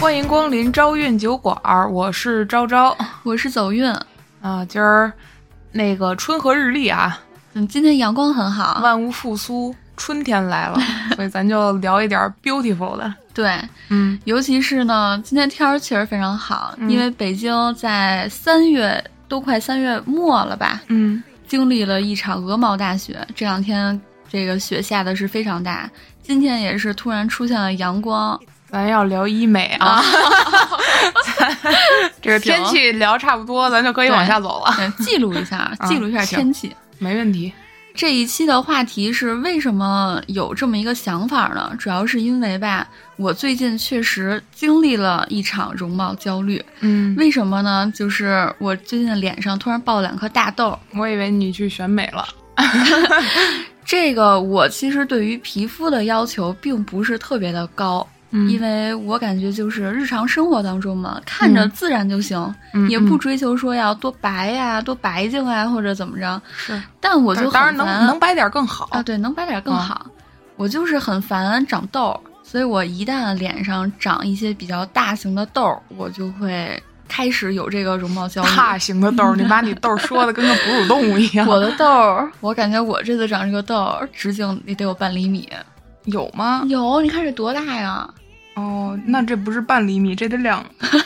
欢迎光临招运酒馆儿，我是昭昭我是走运。啊。今儿那个春和日丽啊，嗯，今天阳光很好。万物复苏，春天来 了，所以咱就聊一点儿 beautiful 的。对，嗯，尤其是呢，今天天儿确实非常好，嗯因为北京在三月都快三月末了吧，嗯，经历了一场鹅毛大雪，这两天这个雪下的是非常大。今天也是突然出现了阳光，咱要聊医美啊，咱这个天气聊差不多，咱就可以往下走了， 对，记录一下，记录一下啊行天气。没问题。这一期的话题是为什么有这么一个想法呢？主要是因为吧，我最近确实经历了一场容貌焦虑。嗯，为什么呢？就是我最近的脸上突然爆了两颗大痘儿。我以为你去选美了。这个我其实对于皮肤的要求并不是特别的高，嗯因为我感觉就是日常生活当中嘛，看着自然就行，嗯也不追求说要多白呀、多白净啊或者怎么着。是，但我就但很当然能烦能白点儿更好。啊，对，能白点更好。我就是很烦长痘儿，所以我一旦脸上长一些比较大型的痘儿，我就会开始有这个容貌焦虑。大型的痘儿，你把你痘儿说的跟个哺乳动物一样。我的痘儿，我感觉我这次长这个痘儿直径也得有半厘米。有吗？有，你看这多大 呀？哦，那这不是半厘米，这得两。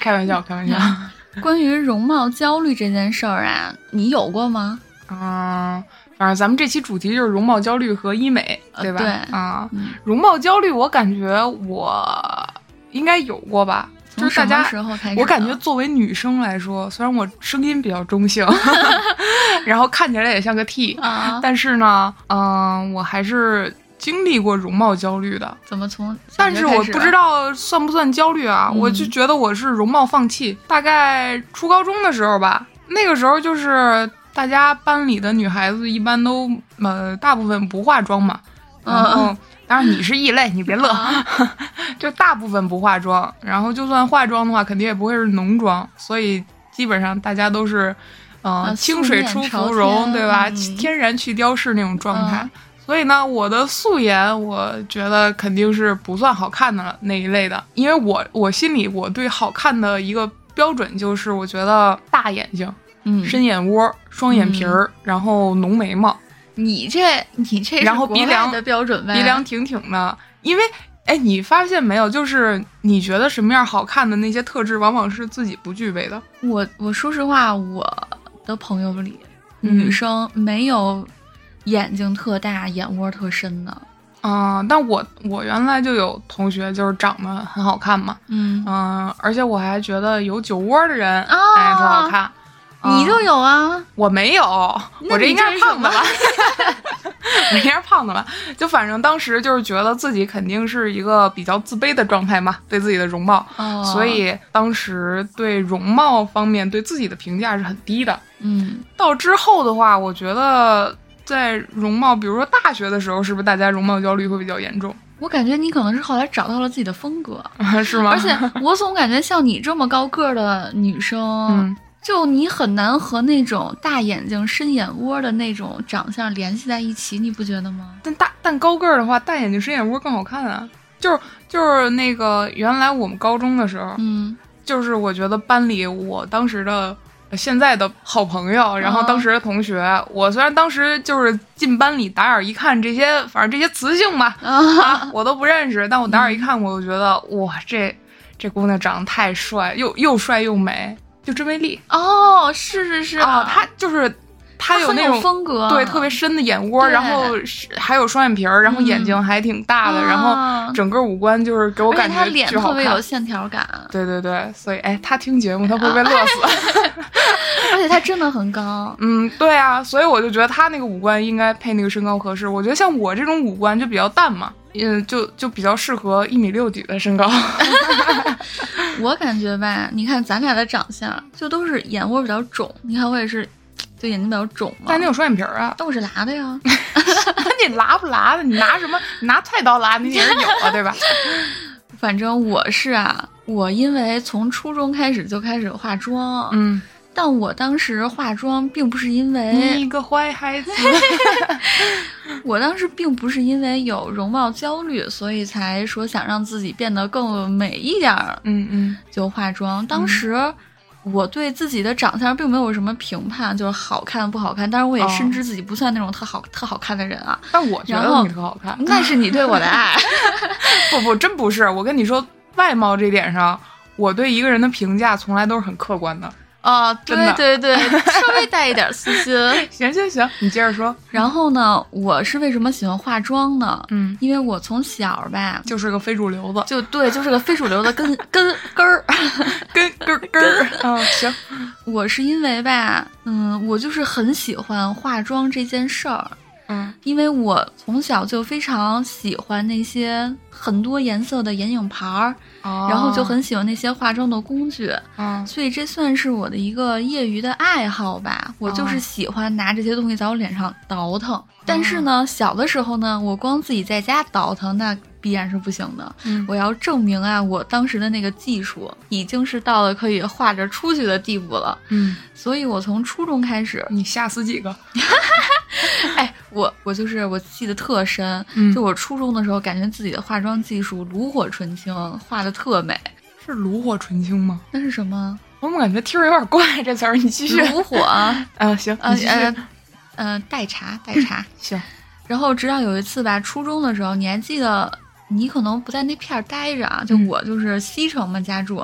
开玩笑，开玩笑。关于容貌焦虑这件事儿啊，你有过吗？嗯，反正咱们这期主题就是容貌焦虑和医美，对吧？呃对啊、嗯容貌焦虑，我感觉我应该有过吧，就从是大什么家。时候开始的？我感觉作为女生来说，虽然我声音比较中性， 然后看起来也像个 T，啊，但是呢，嗯、我还是经历过容貌焦虑的。怎么从小但学是开我始不知道算不算焦虑啊，嗯我就觉得我是容貌放弃。大概初高中的时候吧，那个时候就是大家班里的女孩子一般都呃大部分不化妆嘛，嗯然后当然你是异类，你别乐，啊 就大部分不化妆，然后就算化妆的话，肯定也不会是浓妆，所以基本上大家都是。嗯、啊清水素出面芙朝蓉，天对吧？嗯天然去雕饰那种状态，嗯所以呢，我的素颜，我觉得肯定是不算好看的了那一类的，因为我我心里我对好看的一个标准就是，我觉得大眼睛、嗯，深眼窝、双眼皮儿，然后浓眉毛，你这你这是然后鼻国外梁的标准呗？鼻梁挺挺的。因为，哎，你发现没有，就是你觉得什么样好看的那些特质，往往是自己不具备的。我我说实话，我的朋友里、嗯女生没有眼睛特大、眼窝特深的。啊、但我我原来就有同学就是长得很好看嘛，嗯，嗯、而且我还觉得有酒窝的人，啊哎，特好看。你嗯就有啊？我没有，那我这你应该这是是胖的什吧？ 我应该是胖的吧？就反正当时就是觉得自己肯定是一个比较自卑的状态嘛，对自己的容貌，哦，所以当时对容貌方面对自己的评价是很低的。嗯，到之后的话，我觉得在容貌，比如说大学的时候，是不是大家容貌焦虑会比较严重？ 我感觉你可能是后来找到了自己的风格，是吗？而且我总感觉像你这么高个儿的女生， 嗯，就你很难和那种大眼睛、深眼窝的那种长相联系在一起，你不觉得吗？但大但高个儿的话，大眼睛深眼窝更好看啊。就是就是那个原来我们高中的时候，嗯，就是我觉得班里我当时的呃现在的好朋友，然后当时的同学，我虽然当时就是进班里打眼一看这些，反正这些词性吧， 啊，嗯我都不认识，但我打眼一看，我就觉得哇，这这姑娘长得太帅，又又帅又美，就真魅力哦，是是是，啊！她就是她有很那种风格，对，特别深的眼窝，嗯对然后是还有双眼皮儿，然后眼睛还挺大的，嗯然后整个五官就是给我而且感他觉脸巨好特别有啊看。线条感，对对对，所以哎，他听节目他会被乐死。。而且他真的很高嗯，对啊，所以我就觉得他那个五官应该配那个身高合适。我觉得像我这种五官就比较淡嘛，嗯，就就比较适合一米六几的 身高。我感觉吧，你看咱俩的长相，就都是眼窝比较肿。你看我也是，就眼睛比较肿嘛，但。你有双眼皮儿啊但我是拉的呀，那你拉不拉的？你拿什么？你拿菜刀拉，你也是有啊，对吧？ 反正我是啊，我因为从初中开始就开始化妆，嗯但我当时化妆并不是因为你一个坏孩子，嗯我当时并不是因为有容貌焦虑，所以才说想让自己变得更美一点儿嗯嗯就化妆。当时我对自己的长相并没有什么评判，就是好看不好看。但是我也哦深知自己不算那种特好特好看的人啊，但我觉然后得你特好看。那是你对我 的爱。不不，真不是。我跟你说，外貌这点上，我对一个人的评价从来都是很客观的。哦，真对的对对， 稍微带一点私心。行行行，你接着说。然后呢，我是为什么喜欢化妆呢？嗯，因为我从小吧，就是个非主流子，就对，就是个非主流的根 根根儿。根根根儿。啊，行，我是因为吧，嗯，我就是很喜欢化妆这件事儿， 嗯因为我从小就非常喜欢那些很多颜色的眼影盘儿，哦，然后就很喜欢那些化妆的工具，嗯所以这算是我的一个业余的爱好吧。我就是喜欢拿这些东西在我脸上倒腾。但是呢，小的时候呢，我光自己在家倒腾，那必然是不行的。嗯我要证明啊，我当时的那个技术已经是到了可以画着出去的地步了。嗯，所以我从初中 开始，你吓死几个？哎，我我就是我记得特深，嗯就我初中的时候，感觉自己的化妆技术炉火纯青，画的特美。是炉火纯青吗？那是什么？我怎么感觉听着有点怪啊这词儿？你继续。炉 火啊，啊，行，呃你继续。呃呃，代茶代茶。行，然后直到有一次吧，初中的时候，你还记得？你可能不在那片儿待着啊，就嗯我就是西城嘛，家住，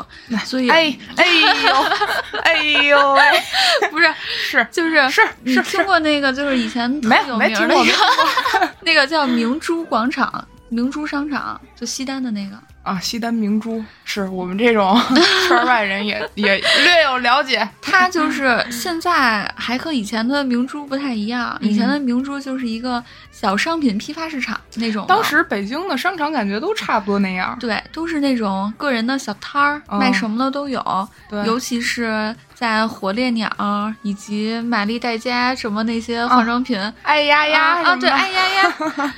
所以、哎哎呦，哎呦喂， 不是是就是是你是听过那个就是以前特没有没名儿听的过一没个听过 那个叫明珠广场、明珠商场，就西单的那个。啊？西单明珠是我们这种 圈外人也也略有了解。它就是现在还和以前的明珠不太一样，嗯以前的明珠就是一个小商品批发市场那种的，当时北京的商场感觉都差不多那样。对都是那种个人的小摊儿，哦卖什么的都有，对，尤其是在火烈鸟以及玛丽黛佳什么那些化妆品。哎呀呀啊啊！什么的对，哎呀呀，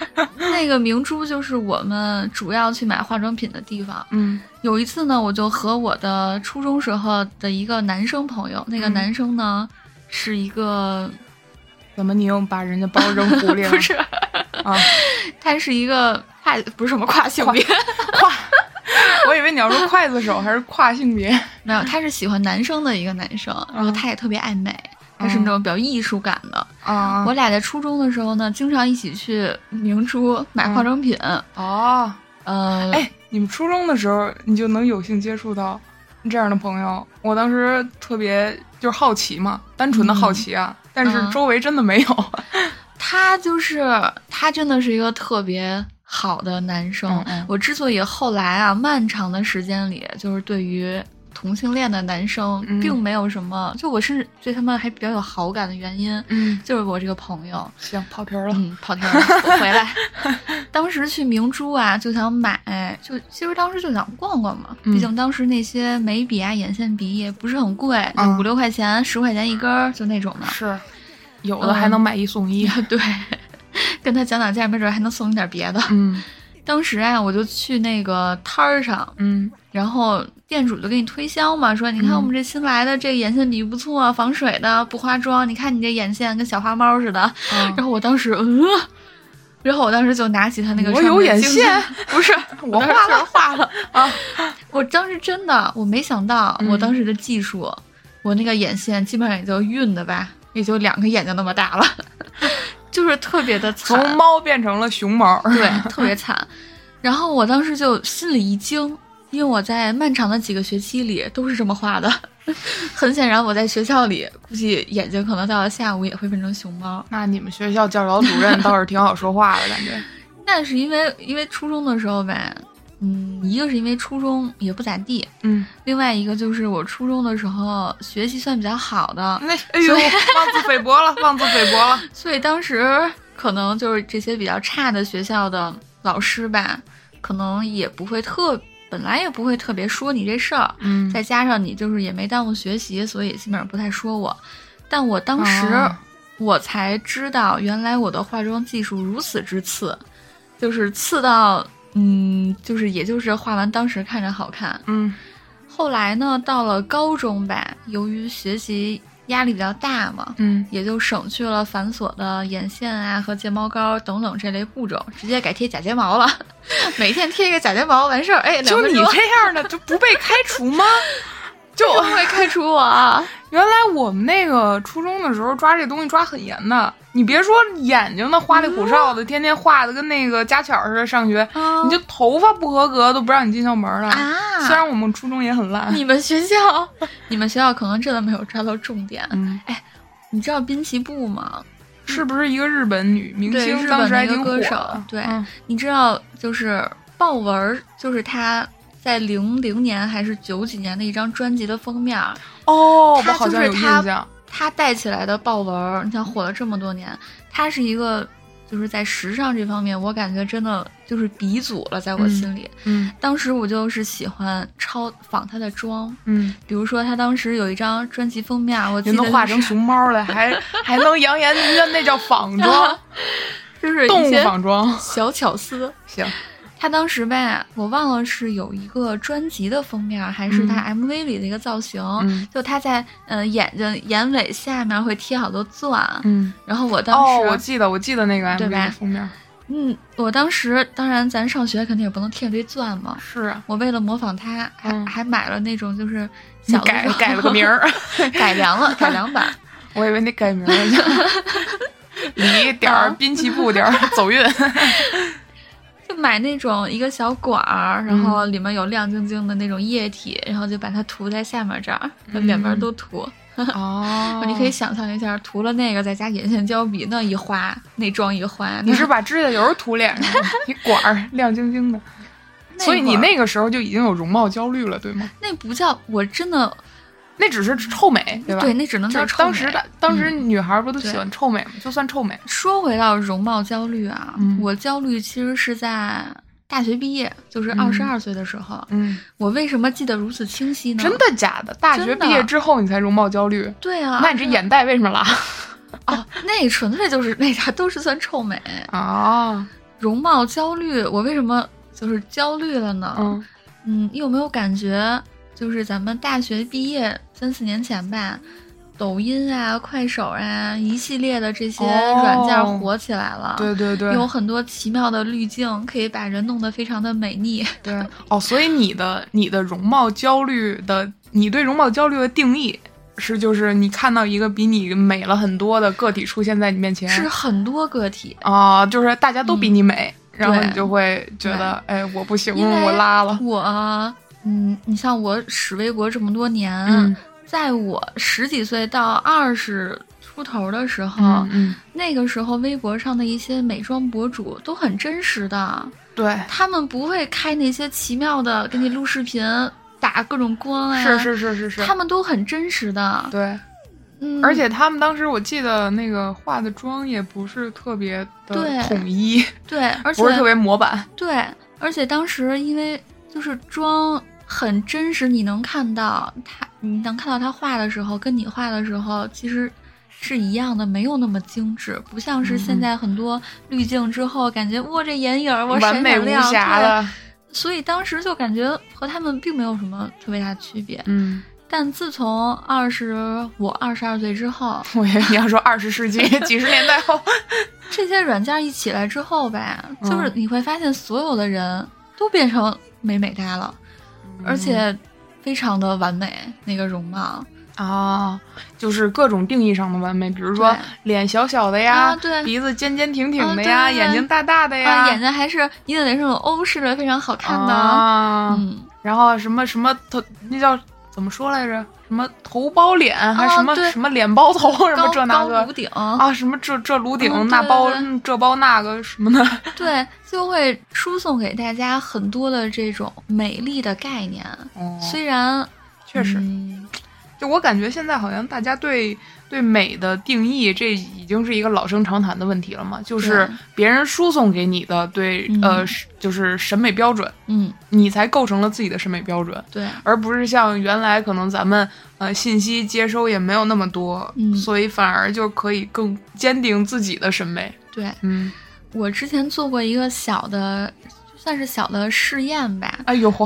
那个明珠就是我们主要去买化妆品的地方。嗯有一次呢，我就和我的初中时候的一个男生朋友，那个嗯男生呢、是一个，怎么你又把人家包扔狐狸了？不是，啊， 他是一个跨不是什么跨性别，跨， 我以为你要说筷子手还是跨性 别。 没有，他是喜欢男生的一个男生，然后嗯他也特别爱美，他是那种比较艺术感的。啊我俩在初中的时候呢，经常一起去明珠买化妆品，哦，呃，哎，你们初中的时候你就能有幸接触到这样的朋友，我当时特别就是好奇嘛，单纯的好奇啊，但是嗯周围真的没有。他就是他真的是一个特别好的男生。嗯嗯我之所以后来啊，漫长的时间里，就是对于同性恋的男生，嗯并没有什么，就我甚至对他们还比较有好感的原因，嗯，哦就是我这个朋友。 行，跑题儿了。嗯，跑 题了，我回来。当时去明珠啊，就想买，就其实当时就想逛逛嘛，嗯毕竟当时那些眉笔啊、眼线笔也不是很贵，就嗯五六块钱、十块钱一根儿，就那种的。是，有嗯的还能买一送 一。对，跟他讲讲价，没准还能送你点别的。嗯当时啊，我就去那个摊儿上，嗯然后店主就给你推销嘛，说你看嗯我们这新来的这个眼线笔不错啊，防水的，不花妆。你看你这眼线跟小花猫似的。啊， 然后我当时，呃，然后我当时就拿起他那个我上有面的眼精线神，不是， 我当时画确实了画了啊！我当时真的，我没想到嗯我当时的技术，我那个眼线基本上也就晕的吧，也就两个眼睛那么大了， 就是特别的惨。从猫变成了熊猫。对，特别惨。然后我当时就心里一惊，因为我在漫长的几个学期里都是这么画的。 很显然，我在学校里估计眼睛可能到了下午也会变成熊猫。那你们学校教导主任倒是挺好说话的感觉。那是因为因为初中的时候呗，嗯，一个是因为初中也不咋地，嗯，另外一个就是我初中的时候学习算比较好的，那哎呦，嗯所以妄自菲薄了，妄自菲薄 了。所以当时可能就是这些比较差的学校的老师吧，可能也不会特本来也不会特别说你这事儿，嗯再加上你就是也没耽误学习，所以基本上不太说我。但我当时、哦我才知道，原来我的化妆技术如此之次，就是次到嗯，就是也就是画完当时看着好看。嗯后来呢，到了高中吧，由于学习压力比较大嘛，嗯，也就省去了繁琐的眼线啊和睫毛膏等等这类步骤，直接改贴假睫毛了。 每天贴一个假睫毛完事儿，哎，就两分你钟这样的就不被开除吗？ 就为什么会开除我啊？原来我们那个初中的时候抓这东西抓很严的，你别说眼睛那花里胡哨的，嗯天天画的跟那个家巧似的上学，啊你就头发不合格都不让你进校门了。啊虽然我们初中也很烂，你们学校， 你们学校可能真的没有抓到重点。嗯，你知道滨崎步吗？是不是一个日本女明对星？日当本时的还一个挺火歌的手。对嗯你知道，就是豹纹儿，就是他在零零年还是九几年的一张专辑的封面儿，哦，我她好就像是有印她象。他带起来的豹纹儿，你想火了这么多年，他是一个就是在时尚这方面，我感觉真的就是鼻祖了，在我嗯心里。嗯当时我就是喜欢抄仿他的妆，嗯，比如说他当时有一张专辑封面儿，我记您得能画就成是熊猫来， 还还能扬言您的那叫仿妆，就是动一物些仿 妆。小巧思。行，他当时呗，我忘了是有一个专辑的封面，还是他 MV 里的一个造型。嗯就他在呃眼睛眼尾下面会贴好多钻，嗯，然后我当哦，时、啊我记得，我记得那个对 MV 吧的封面。嗯，我当时当然咱上学肯定也不能贴一堆钻嘛，是啊，我为了模仿他，还、嗯还买了那种就是你小的改时候改了个名，儿，改良 了改良版，我以为你改名儿了。 李点儿啊滨崎步点儿 走 运，就买那种一个小管儿，然嗯后里面有亮晶晶的那种液体，然后就把它涂在下面这儿，就两边都涂。嗯哦你可以，想象一下，涂了那个，再加眼线胶笔，那一画，那妆一画，你是把指甲油涂脸上了，你管儿亮晶晶 的，那所以你会儿那个时候就已经有容貌焦虑了，对吗？那不叫，我真的那只是臭美，对吧？对，那只能叫就是臭当时美嗯的当时女孩不都喜欢臭美吗？就算臭美，说回到容貌焦虑啊，嗯我焦虑其实是在大学毕业，就是嗯二十二岁的时候。嗯，我为什么记得如此清晰呢？真的假的？大学真的毕业之后你才容貌焦虑，对啊，那你这眼袋为什么 拉？哦，那纯粹就是 那啥，都是算臭美。啊，容貌焦虑，我为什么就是焦虑了呢？嗯嗯，你有没有感觉，就是咱们大学毕业三四年前吧，抖音啊、快手啊一系列的这些哦软件火起来了，对对对，有很多奇妙的滤镜，可以把人弄得非常的美腻。对哦，所以你的你的容貌焦虑的，你对容貌焦虑的定义是，就是你看到一个比你美了很多的个体出现在你面前，是很多个体，啊、就是大家都比你美，然后对你就会觉得，哎，我不行，因为我拉了，我，嗯，你像我史卫国这么多年，嗯在我十几岁到二十出头的时候，嗯嗯，那个时候微博上的一些美妆博主都很真实的，对，他们不会开那些奇妙的给你录视频、打各种光啊，是是是是是他，们都很真实的，对，嗯，而且他们当时我记得那个化的妆也不是特别对的统一，对，而且不是特别模板，对，而且当时因为就是妆很真实，你能看到他，你能看到他画的时候，跟你画的时候其实是一样的，没有那么精致，不像是现嗯在很多滤镜之后，感觉哇这眼影儿我完闪美闪无亮，瑕对，的，所以当时就感觉和他们并没有什么特别大区别。嗯。但自从二十我二十二岁之后，我以为你要说二十世 纪几十年代后，这些软件一起来之后吧，嗯就是你会发现所有的人都变成美美哒了，嗯而且非常的完美那个容貌。啊，就是各种定义上的完美，比如说对脸小小的呀，啊对鼻子尖尖挺挺的呀，啊对眼睛大大的呀，哦啊，眼睛还是你得是那种欧式的，非常好看的。啊，嗯，然后什么什么头，那叫怎么说来着？什么头包脸，还什么、哦对什么脸包头，什么高这那高个颅顶，啊，什么这这颅顶、嗯对那包对对嗯这包那个什么的，对，就会输送给大家很多的这种美丽的概念。 哦虽然确实，嗯就我感觉现在好像大家对对美的定义，这已经是一个老生常谈的问题了嘛，就是对别人输送给你的对、嗯呃是就是审美标准，嗯，你才构成了自己的审美标准，对，而不是像原来可能咱们呃信息接收也没有那么多，嗯所以反而就可以更坚定自己的审美。对嗯，我之前做过一 个小的，就算是小的试验吧。哎呦嚯，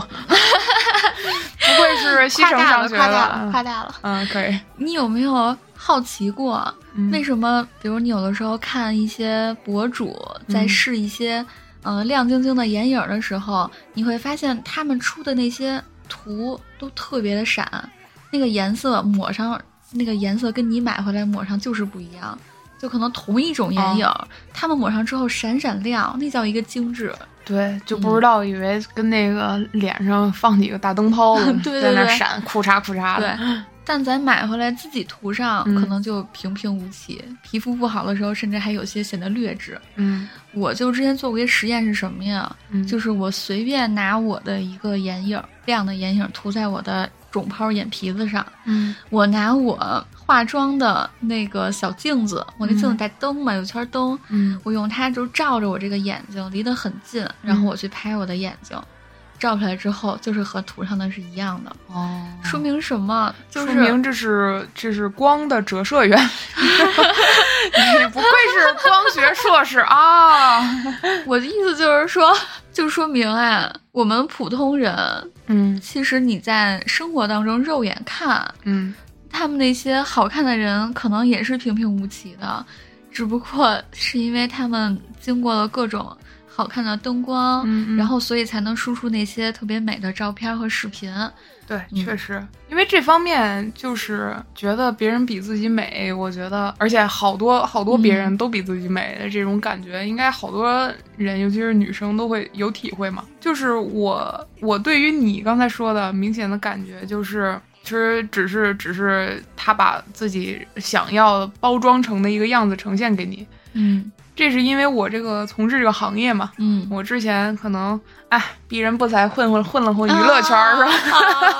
愧是西夸城大上了，学夸大了，嗯夸大了。嗯，可以。你有没有好奇过，嗯为什么？比如你有的时候看一些博主在嗯试一些，呃，亮晶晶的眼影的时候，你会发现他们出的那些图都特别的闪，那个颜色抹上，那个颜色跟你买回来抹上就是不一样。就可能同一种眼影，哦他们抹上之后闪闪亮，那叫一个精致。，对，就不知道，以为跟那个脸上放几个大灯泡子 对对在那对闪，库嚓库嚓对的。，但咱买回来自己涂上，啊嗯可能就平平无奇。皮肤不好的时候，甚至还有些显得劣质。嗯，我就之前做过一个实验是什么呀？嗯就是我随便拿我的一个眼影亮的眼影涂在我的肿泡眼皮子上，嗯我拿我化妆的那个小镜子，我那镜子带灯嘛，有圈灯，嗯我用它就照着我这个眼睛，离得很近，然后我去拍我的眼睛，照出来之后就是和涂上的是一样的，哦，说明什么？就说是明这是这是光的折射原理。 你不愧是光学硕士啊！ 我的意思就是说， 就说明啊，我们普通人嗯其实你在生活当中肉眼看，嗯，他们那些好看的人，可能也是平平无奇的，只不过是因为他们经过了各种好看的灯光，嗯嗯然后所以才能输出那些特别美的照片和视频。对，嗯确实，因为这方面就是觉得别人比自己美，我觉得，而且好多好多嗯别人都比自己美的这种感觉，应该好多人，尤其是女生都会有体会嘛。就是我，我对于你刚才说的明显的感觉就是。其实只是只是他把自己想要包装成的一个样子呈现给你，嗯这是因为我这个从事这个行业嘛，嗯，我之前可能哎鄙人不才混混混了混娱乐圈儿、啊是吧？吧？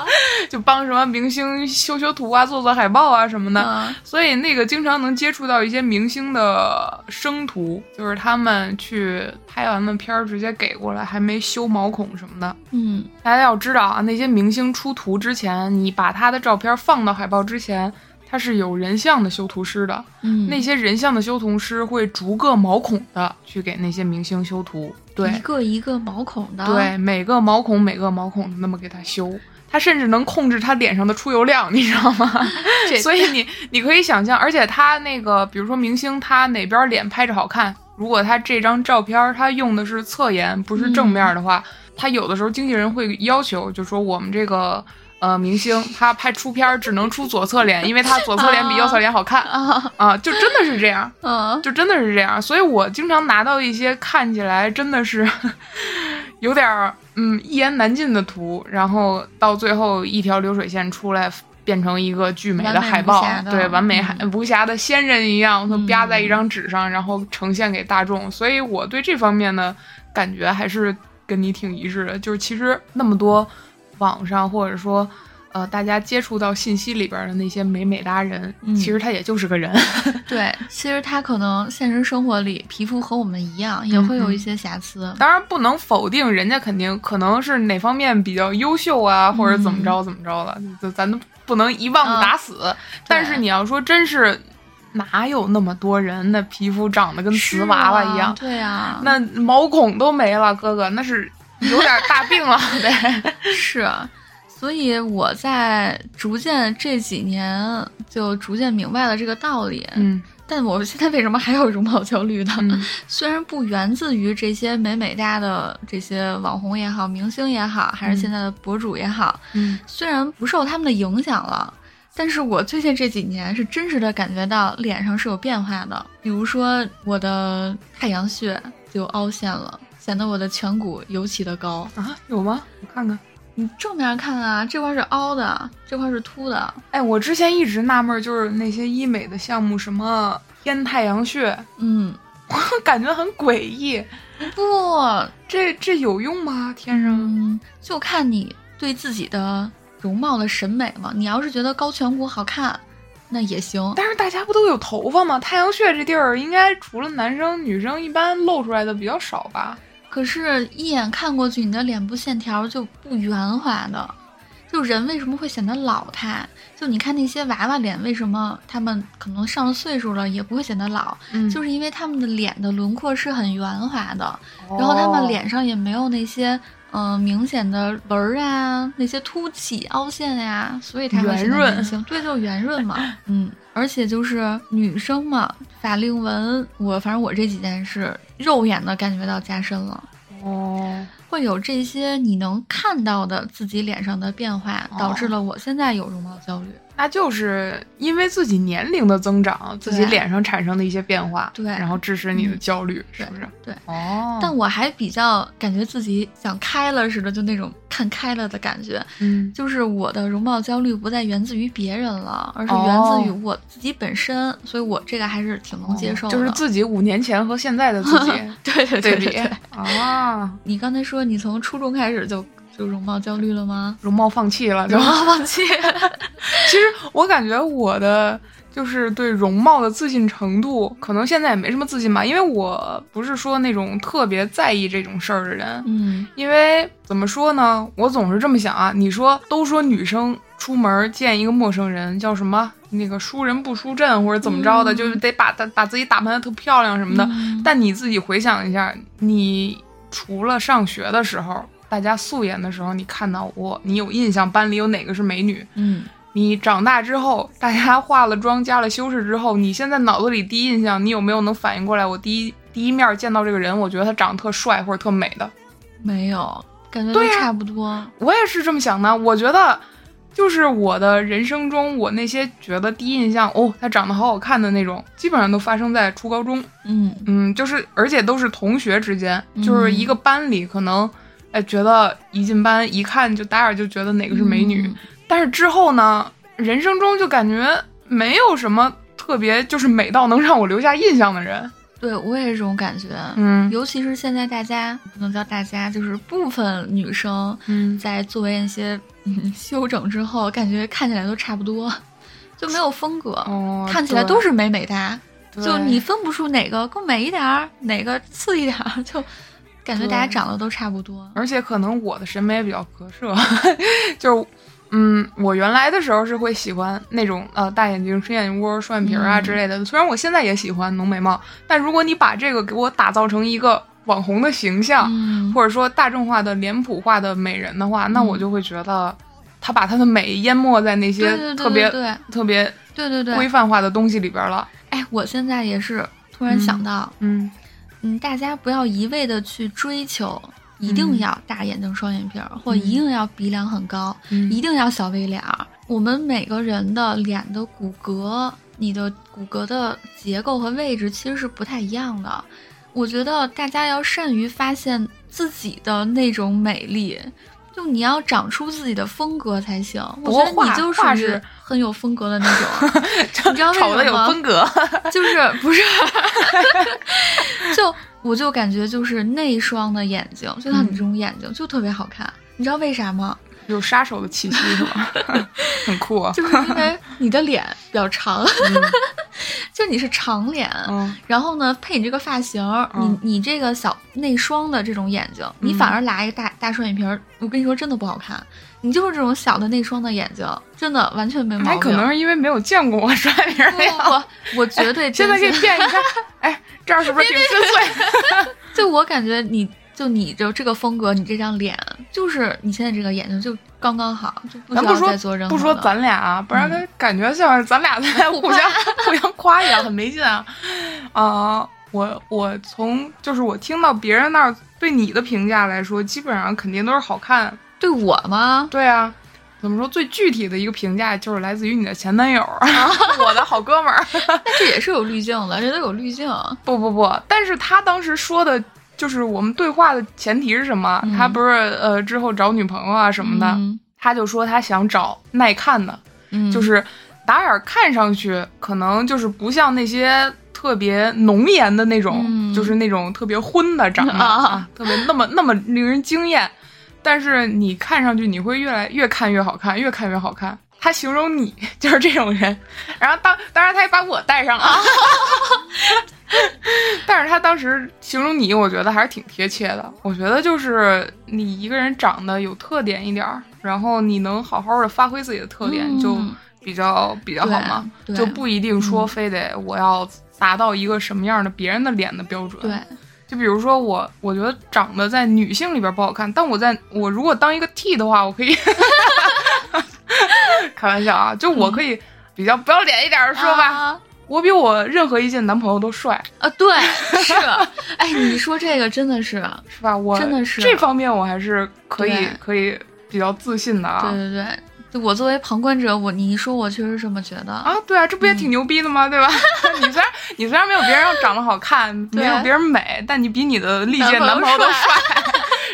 就帮什么明星修修图啊、做做海报啊什么的， 啊所以那个经常能接触到一些明星的生图，就是他们去拍完了片儿直接给过来，还没修毛孔什么的。嗯大家要知道啊，那些明星出图之前，你把他的照片放到海报之前，他是有人像的修图师的。嗯，那些人像的修图师会逐个毛孔的去给那些明星修图，对一，个一个毛孔的，对，，每个毛孔每个毛孔那么给他修，他甚至能控制他脸上的出油量，你知道吗？这所以你你可以想象，而且他那个，比如说明星他哪边脸拍着好看，如果他这张照片儿他用的是侧颜不是正面的话，他有的时候经纪人会要求，就说我们这个。呃，明星他拍出片儿只能出左侧脸，因为他左侧脸比右侧脸好看啊啊，就真的是这样。嗯就真的是这样，所以我经常拿到一些看起来真的是有点儿嗯一言难尽的图，然后到最后一条流水线出来，变成一个巨美的海报完美无瑕，的对，完美海无瑕的仙人一样，嗯啪在一张纸上，然后呈现给大众。所以我对这方面的感觉还是跟你挺一致的，就是其实那么多网上或者说。呃，大家接触到信息里边的那些美美达人，嗯其实他也就是个人，对，其实他可能现实生活里皮肤和我们一样，嗯也会有一些瑕疵。当然不能否定人家肯定可能是哪方面比较优秀啊，或者怎么着怎么着了，就咱都不能一棒子打死。但是你要说真是，哪有那么多人那皮肤长得跟瓷娃娃一样，是啊对啊，那毛孔都没了，哥哥那是有点大病了得。是，啊所以我在逐渐这几年就逐渐明白了这个道理。 嗯但我现在为什么还有容貌焦虑呢？嗯虽然不源自于这些美美哒的这些网红也好、明星也好，还是现在的博主也好，嗯虽然不受他们的影响了，但是我最近这几年是真实的感觉到脸上是有变化的，比如说我的太阳穴就凹陷了，显得我的颧骨尤其的高。啊，有吗？我看看。你正面看啊，这块是凹的，这块是凸的，哎，我之前一直纳闷儿，就是那些医美的项目，什么天太阳穴， 嗯，我感觉很诡异。不，这这有用吗？天上？嗯，就看你对自己的容貌的审美嘛。你要是觉得高颧骨好看，那也行。但是大家不都有头发吗？太阳穴这地儿应该除了男生，女生一般露出来的比较少吧？可是，一眼看过去，你的脸部线条就不圆滑的。就人为什么会显得老态？就你看那些娃娃脸，为什么他们可能上了岁数了也不会显得老？嗯就是因为他们的脸的轮廓是很圆滑的，然后他们哦脸上也没有那些嗯、呃明显的纹儿啊，那些凸起、凹陷呀、所以才会显得圆润年轻。对，就是圆润嘛。嗯，而且就是女生嘛，法令纹，我反正我这几件是肉眼的感觉到加深了。哦，会有这些你能看到的自己脸上的变化，哦导致了我现在有容貌焦虑。那就是因为自己年龄的增长，自己脸上产生的一些变化，对嗯然后致使你的焦虑，是不是？对哦，但我还比较感觉自己想开了似的，就那种看开了的感觉。嗯，就是我的容貌焦虑不再源自于别人了，而是哦源自于我自己本身，所以我这个还是挺能接受的。哦就是自己五年前和现在的自己 对对对 对比对对。啊，你刚才说你从初中开始就就容貌焦虑了吗？容貌放弃了，就容貌忘记，其实我感觉我的就是对容貌的自信程度，可能现在也没什么自信吧，因为我不是说那种特别在意这种事儿的人。 嗯，因为怎么说呢，我总是这么想啊。你说都说女生出门见一个陌生人叫什么那个输人不输阵或者怎么着的，嗯就是得把她把自己打扮的特漂亮什么的。嗯但你自己回想一下，你除了上学的时候，大家素颜的时候，你看到我，你有印象班里有哪个是美女？嗯，你长大之后，大家化了妆、加了修饰之后，你现在脑子里第一印象，你有没有能反应过来？我第一第一面见到这个人，我觉得他长得特帅或者特美的，没有，感觉都对呀差不多。我也是这么想的。我觉得，就是我的人生中，我那些觉得第一印象哦，他长得好好看的那种，基本上都发生在初高中。嗯嗯，就是而且都是同学之间，就是嗯一个班里可能，哎，觉得一进班一看就打眼就觉得哪个是美女，嗯但是之后呢，人生中就感觉没有什么特别，就是美到能让我留下印象的人。对我也是这种感觉。嗯尤其是现在大家不能叫大家，就是部分女生嗯，在作为一些 嗯修整之后，感觉看起来都差不多，就没有风格，哦，看起来都是美美哒，对就你分不出哪个更美一点儿，哪个次一点儿， 就感觉大家对长得都差不多。而且可能我的审美也比较隔 涉，就是，嗯，我原来的时候是会喜欢那种呃大眼睛、深眼窝、双眼皮儿啊嗯之类的。虽然我现在也喜欢浓眉毛，但如果你把这个给我打造成一个网红的形象，嗯，或者说大众化的脸谱化的美人的话，那我就会觉得他把他的美淹没在那对些对对特别对对特别对对规对，范化的东西里边了。哎，我现在也是突然想到，嗯，嗯，大家不要一味的去追求，一定嗯要大眼睛、双眼皮儿，或一定要鼻梁很高，一嗯定要小 V 脸儿。我们每个人的脸的骨骼，你的骨骼的结构和位置其实是不太一样的。我觉得大家要善于发现自己的那种美丽，就你要长出自己的风格才行。不我觉过得话你就话属于是很有风格的那 种，你知道为炒的什有么风 格。就是 不是， 就我就感觉就是那一双的眼睛，就像你这种眼睛、就特别好看。你知道为啥吗？有杀手的气息是吧？ 很酷啊！就是因为你的脸比较长， 就你是长脸，嗯，然后呢配你这个发型，嗯你你这个小内双的这种眼睛，你反而来一个大大双眼皮儿，我跟你说真的不好看。你就是这种小的内双的眼睛，真的完全没毛那病。啊可能是因为没有见过我 刷名儿不那样。不不，我绝对现真在 可以心变一下， 哎，这儿是不是挺深邃？就我感觉你，就你就这个风格，你这张脸，就是你现在这个眼睛就刚刚好，就不需咱不要说再做任何不说咱俩啊，不嗯然感觉像是咱俩 在互相互相夸一样，很没劲啊。啊，我我从就是我听到别人那儿对你的评价来说，基本上肯定都是好看。对我吗？对啊，怎么说最具体的一个评价就是来自于你的前男友， 我的好哥们儿。 但这也是有滤镜的，这都有滤镜。不不不，但是他当时说的，就是我们对话的前提是什么？嗯他不是呃之后找女朋友啊什么的，嗯他就说他想找耐看的，嗯，就是打眼看上去可能就是不像那些特别浓颜的那种，嗯就是那种特别昏的长得、啊啊，特别那么那么令人惊艳。但是你看上去你会越来越看越好看，越看越好看。他形啊容你就是这种人，然后当当然他也把我带上了， 但是他当时形容你，我觉得还是挺贴切的。我觉得就是你一个人长得有特点一点儿，然后你能好好的发挥自己的特点，嗯就比较比较好嘛，对嗯就不一定说非得我要达到一个什么样的别人的脸的标准。对，就比如说我，我觉得长得在女性里边不好看，但我在我如果当一个 T 的话，我 可以，开玩笑啊，就我可以比较不要脸一点儿说吧，啊我比我任何一届男朋友都帅，啊，对，是，哎，你说这个真的是，啊是吧？我真的是这方面我还是可以对可以比较自信的对啊对对，就我作为旁观者，我你一说，我确实这么觉得。啊，对啊，这不也嗯挺牛逼的吗？对吧？ 你虽然你虽然没有别人长得好看，对没有别人美，但你比你的历届男男朋朋友友都帅，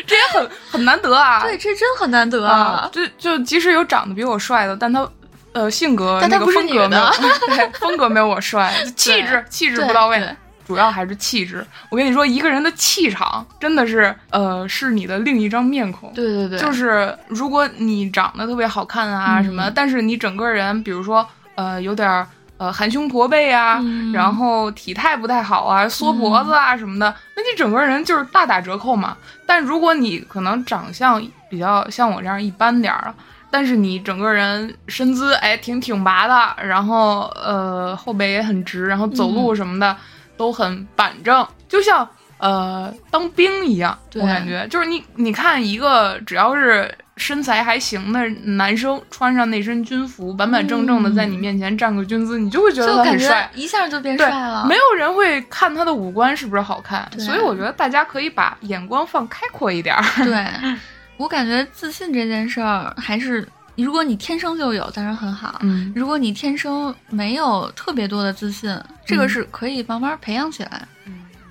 这也很很难得啊。对，这真很难得啊，就就即使有长得比我帅的，但他呃性格但他那个不是风你格没有的 对风格没有我帅，就气质气质对不到位。对主要还是气质。我跟你说，一个人的气场真的是，呃，是你的另一张面孔。对对对，就是如果你长得特别好看啊嗯什么，但是你整个人，比如说呃，有点儿呃含胸驼背啊，嗯然后体态不太好啊，缩脖子啊什么的，那你整个人就是大打折扣嘛。但如果你可能长相比较像我这样一般点儿啊。但是你整个人身姿哎挺挺拔的，然后呃后背也很直，然后走路嗯什么的、都很板正，就像呃当兵一样，对我感觉。对，就是你，你看一个只要是身材还行的男生，穿上那身军服，板板正正的嗯在你面前站个军姿，你就会觉得就他感很觉帅。一下就变对帅了，，没有人会看他的五官是不是好看，对所以我觉得大家可以把眼光放开阔一点儿。对， 我感觉自信这件事儿还是，如果你天生就有，当然很好。嗯，如果你天生没有特别多的自信，这个嗯是可以慢慢培养起来，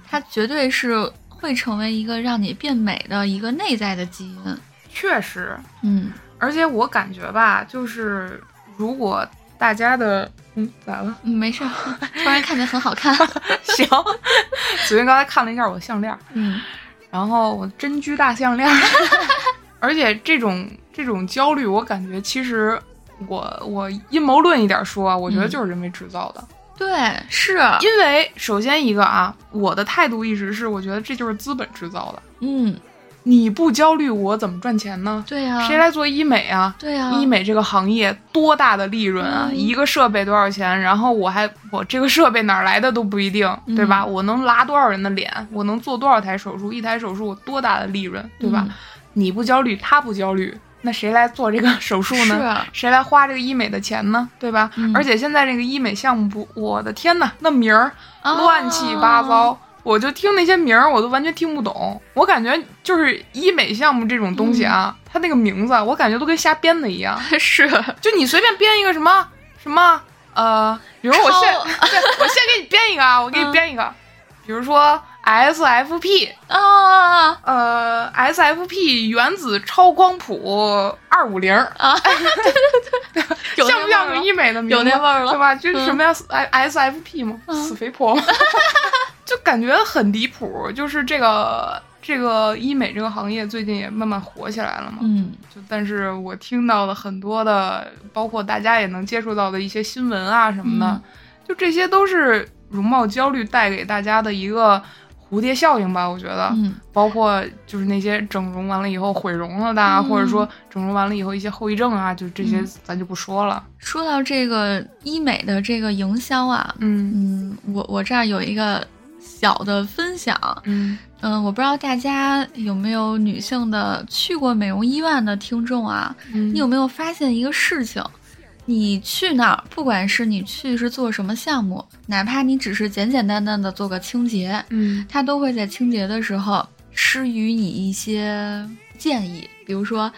它绝对是会成为一个让你变美的一个内在的基因。 确实，嗯，而且我感觉吧，就是如果大家的，嗯，咋了？ 嗯没事儿，突然看见很好看。行， 子云刚才看了一下我的项链儿，嗯，然后我真居大项链儿， 而且这种这种焦虑，我感觉其实我我阴谋论一点说啊，我觉得嗯就是人为制造的，对，是，因为首先一个啊，我的态度一直是我觉得这就是资本制造的，嗯，你不焦虑我怎么赚钱呢？对呀、谁来做医美啊？对呀、医美这个行业多大的利润啊！嗯一个设备多少钱？然后我还我这个设备哪儿来的都不一定，对吧？嗯我能拉多少人的脸？我能做多少台手术？一台手术我多大的利润，对吧？嗯你不焦虑，他不焦虑，那谁来做这个手术是呢？啊，谁来花这个医美的钱呢？对吧？嗯而且现在这个医美项目不，我的天呐，那名儿哦嗯啊乱七八糟。我就听那些名儿，我都完全听不懂。我感觉就是医美项目这种东西嗯啊，它那个名字啊，我感觉都跟瞎编的一样。啊，是，就你随便编一个什么什么呃，比如我现超对我现在给你编一个啊，我给你嗯编一个，比如说 SFP 啊呃 SFP 原子超光谱二五零， 啊，对对对，像不像个一医美的名字？有那味儿了对吧？就是什么呀？S F P 吗？嗯死肥婆吗？ 就感觉很离谱，就是这个。这个医美这个行业最近也慢慢火起来了嘛，嗯，就但是我听到了很多的，包括大家也能接触到的一些新闻啊什么的，嗯就这些都是容貌焦虑带给大家的一个蝴蝶效应吧，我觉得。嗯，包括就是那些整容完了以后毁容了的啊，嗯或者说整容完了以后一些后遗症啊，就这些嗯咱就不说了。说到这个医美的这个营销啊，嗯嗯，我我这儿有一个小的分享，嗯嗯，我不知道大家有没有女性的去过美容医院的听众啊，嗯你有没有发现一个事情？你去那儿，不管是你去是做什么项目，哪怕你只是简简单单的做个清洁，嗯他都会在清洁的时候施予你一些建议，比如说。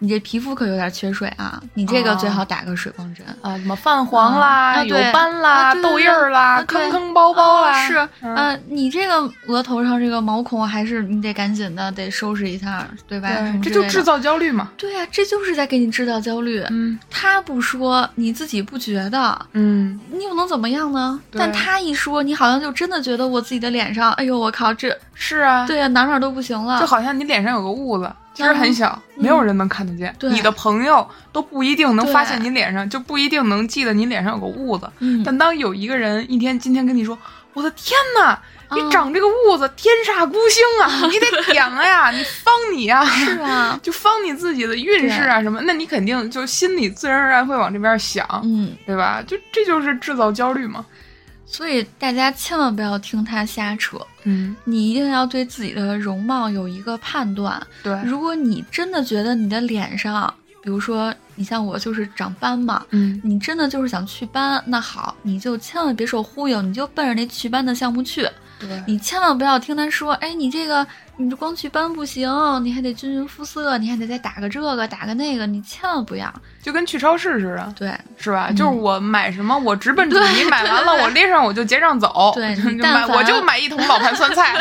你这皮肤可有点缺水啊！你这个哦最好打个水光针，啊，什么泛黄啦、啊啊有对斑啦、啊对对痘印儿啦、啊对坑坑包包啦，啊是，嗯呃，你这个额头上这个毛孔还是你得赶紧的得收拾一下，对吧？什对，么这之类就的制。造焦虑嘛。对啊，这就是在给你制造焦虑。嗯他不说，你自己不觉得，嗯，你又能怎么样呢？对但他一说，你好像就真的觉得我自己的脸上，哎呦，我靠，这是啊，对呀、哪哪都不行了。就好像你脸上有个痦子，其实很小，没有人能看得见，对你的朋友都不一定能对发现你脸上，就不一定能记得你脸上有个�ū 子。嗯，但当有一个人一天今天跟你说，我的天哪！嗯你长这个痦子，天煞孤星 啊！你得点了呀，你方你呀，是啊，就方你自己的运势啊什么，那你肯定就心里自然而然会往这边想，嗯，对吧？就这就是制造焦虑嘛。所以大家千万不要听他瞎扯，嗯，你一定要对自己的容貌有一个判断。对，如果你真的觉得你的脸上，比如说你像我就是长斑嘛，嗯，你真的就是想祛斑，那好，你就千万别受忽悠，你就奔着那祛斑的项目去。对，你千万不要听他说，哎，你这个你这光祛斑不行，你还得均匀肤色，你还得再打个这个打个那个，你千万不要。就跟去超市似的，对是吧？嗯就是我买什么，我直奔主题，对买完了对对我拎上我就结账走， 对就你但买凡我就买一桶老坛酸菜，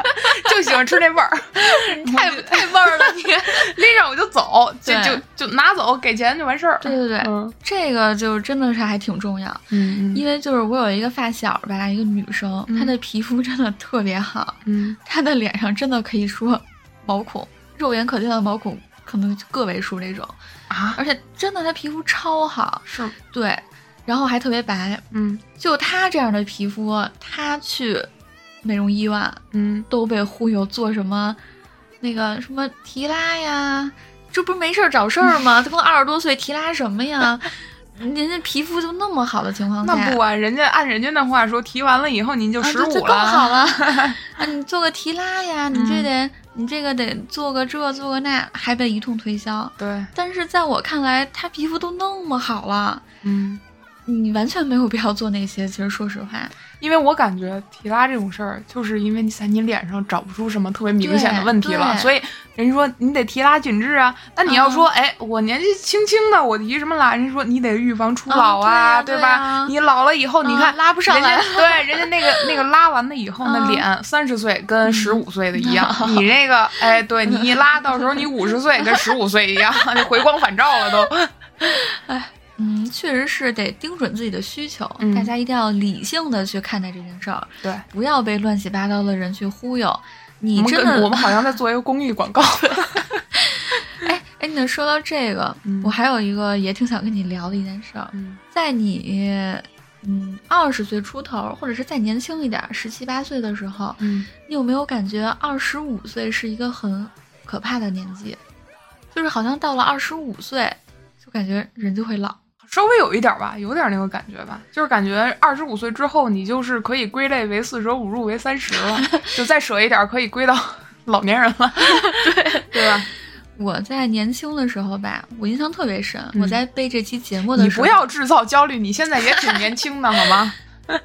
就喜欢吃那味儿， 太太味儿了你。拎上我就走，就对就就拿走，给钱就完事儿。 对对对，嗯这个就真的是还挺重要，嗯因为就是我有一个发小吧，一个女生，嗯她的皮肤真的特别好，嗯她的脸上真的可以说毛孔，肉眼可见的毛孔可能就个位数那种，啊，而且真的她皮肤超好，是吗对，然后还特别白，嗯就她这样的皮肤，她去美容医院嗯都被忽悠做什么那个什么提拉呀，这不是没事儿找事儿吗？这不二十多岁提拉什么呀？ 人家皮肤就那么好的情况下，那不啊，人家按人家那话说，提完了以后您就啊十这这五更好了，了 啊！你做个提拉呀，你这得、嗯你这个得做个这做个那，还被一通推销。对，但是在我看来，她皮肤都那么好了，嗯，你完全没有必要做那些。其实说实话，因为我感觉提拉这种事儿，就是因为你在你脸上找不出什么特别明显的问题了，对对嗯所以人家说你得提拉紧致啊。那你要说，哎，我年纪轻轻的，我提什么拉？人家说你得预防初老嗯对啊对对吧？啊你老了以后，你嗯看拉不上来人家对，人家那个那个拉完了以后，那嗯脸三十岁跟嗯十五岁的一 样，你这个，哎，对你一拉，到时候你五十岁跟十五岁一样， 就回光返照了 都。嗯，确实是得盯准自己的需求，嗯大家一定要理性的去看待这件事儿，对，不要被乱七八糟的人去忽悠。我你们真跟我的们，好像在做一个公益广告。 哎哎，你说到这个，嗯我还有一个也挺想跟你聊的一件事儿，嗯在你嗯二十岁出头，或者是再年轻一点，十七八岁的时候，嗯，你有没有感觉二十五岁是一个很可怕的年纪？就是好像到了二十五岁，就感觉人就会老。稍微有一点吧，有点那个感觉吧，就是感觉二十五岁之后，你就是可以归类为四舍五入为三十了，就再舍一点，可以归到老年人了，对对吧？我在年轻的时候吧，我印象特别深。嗯我在背这期节目的你时候，不要制造焦虑，你现在也挺年轻的，好吗？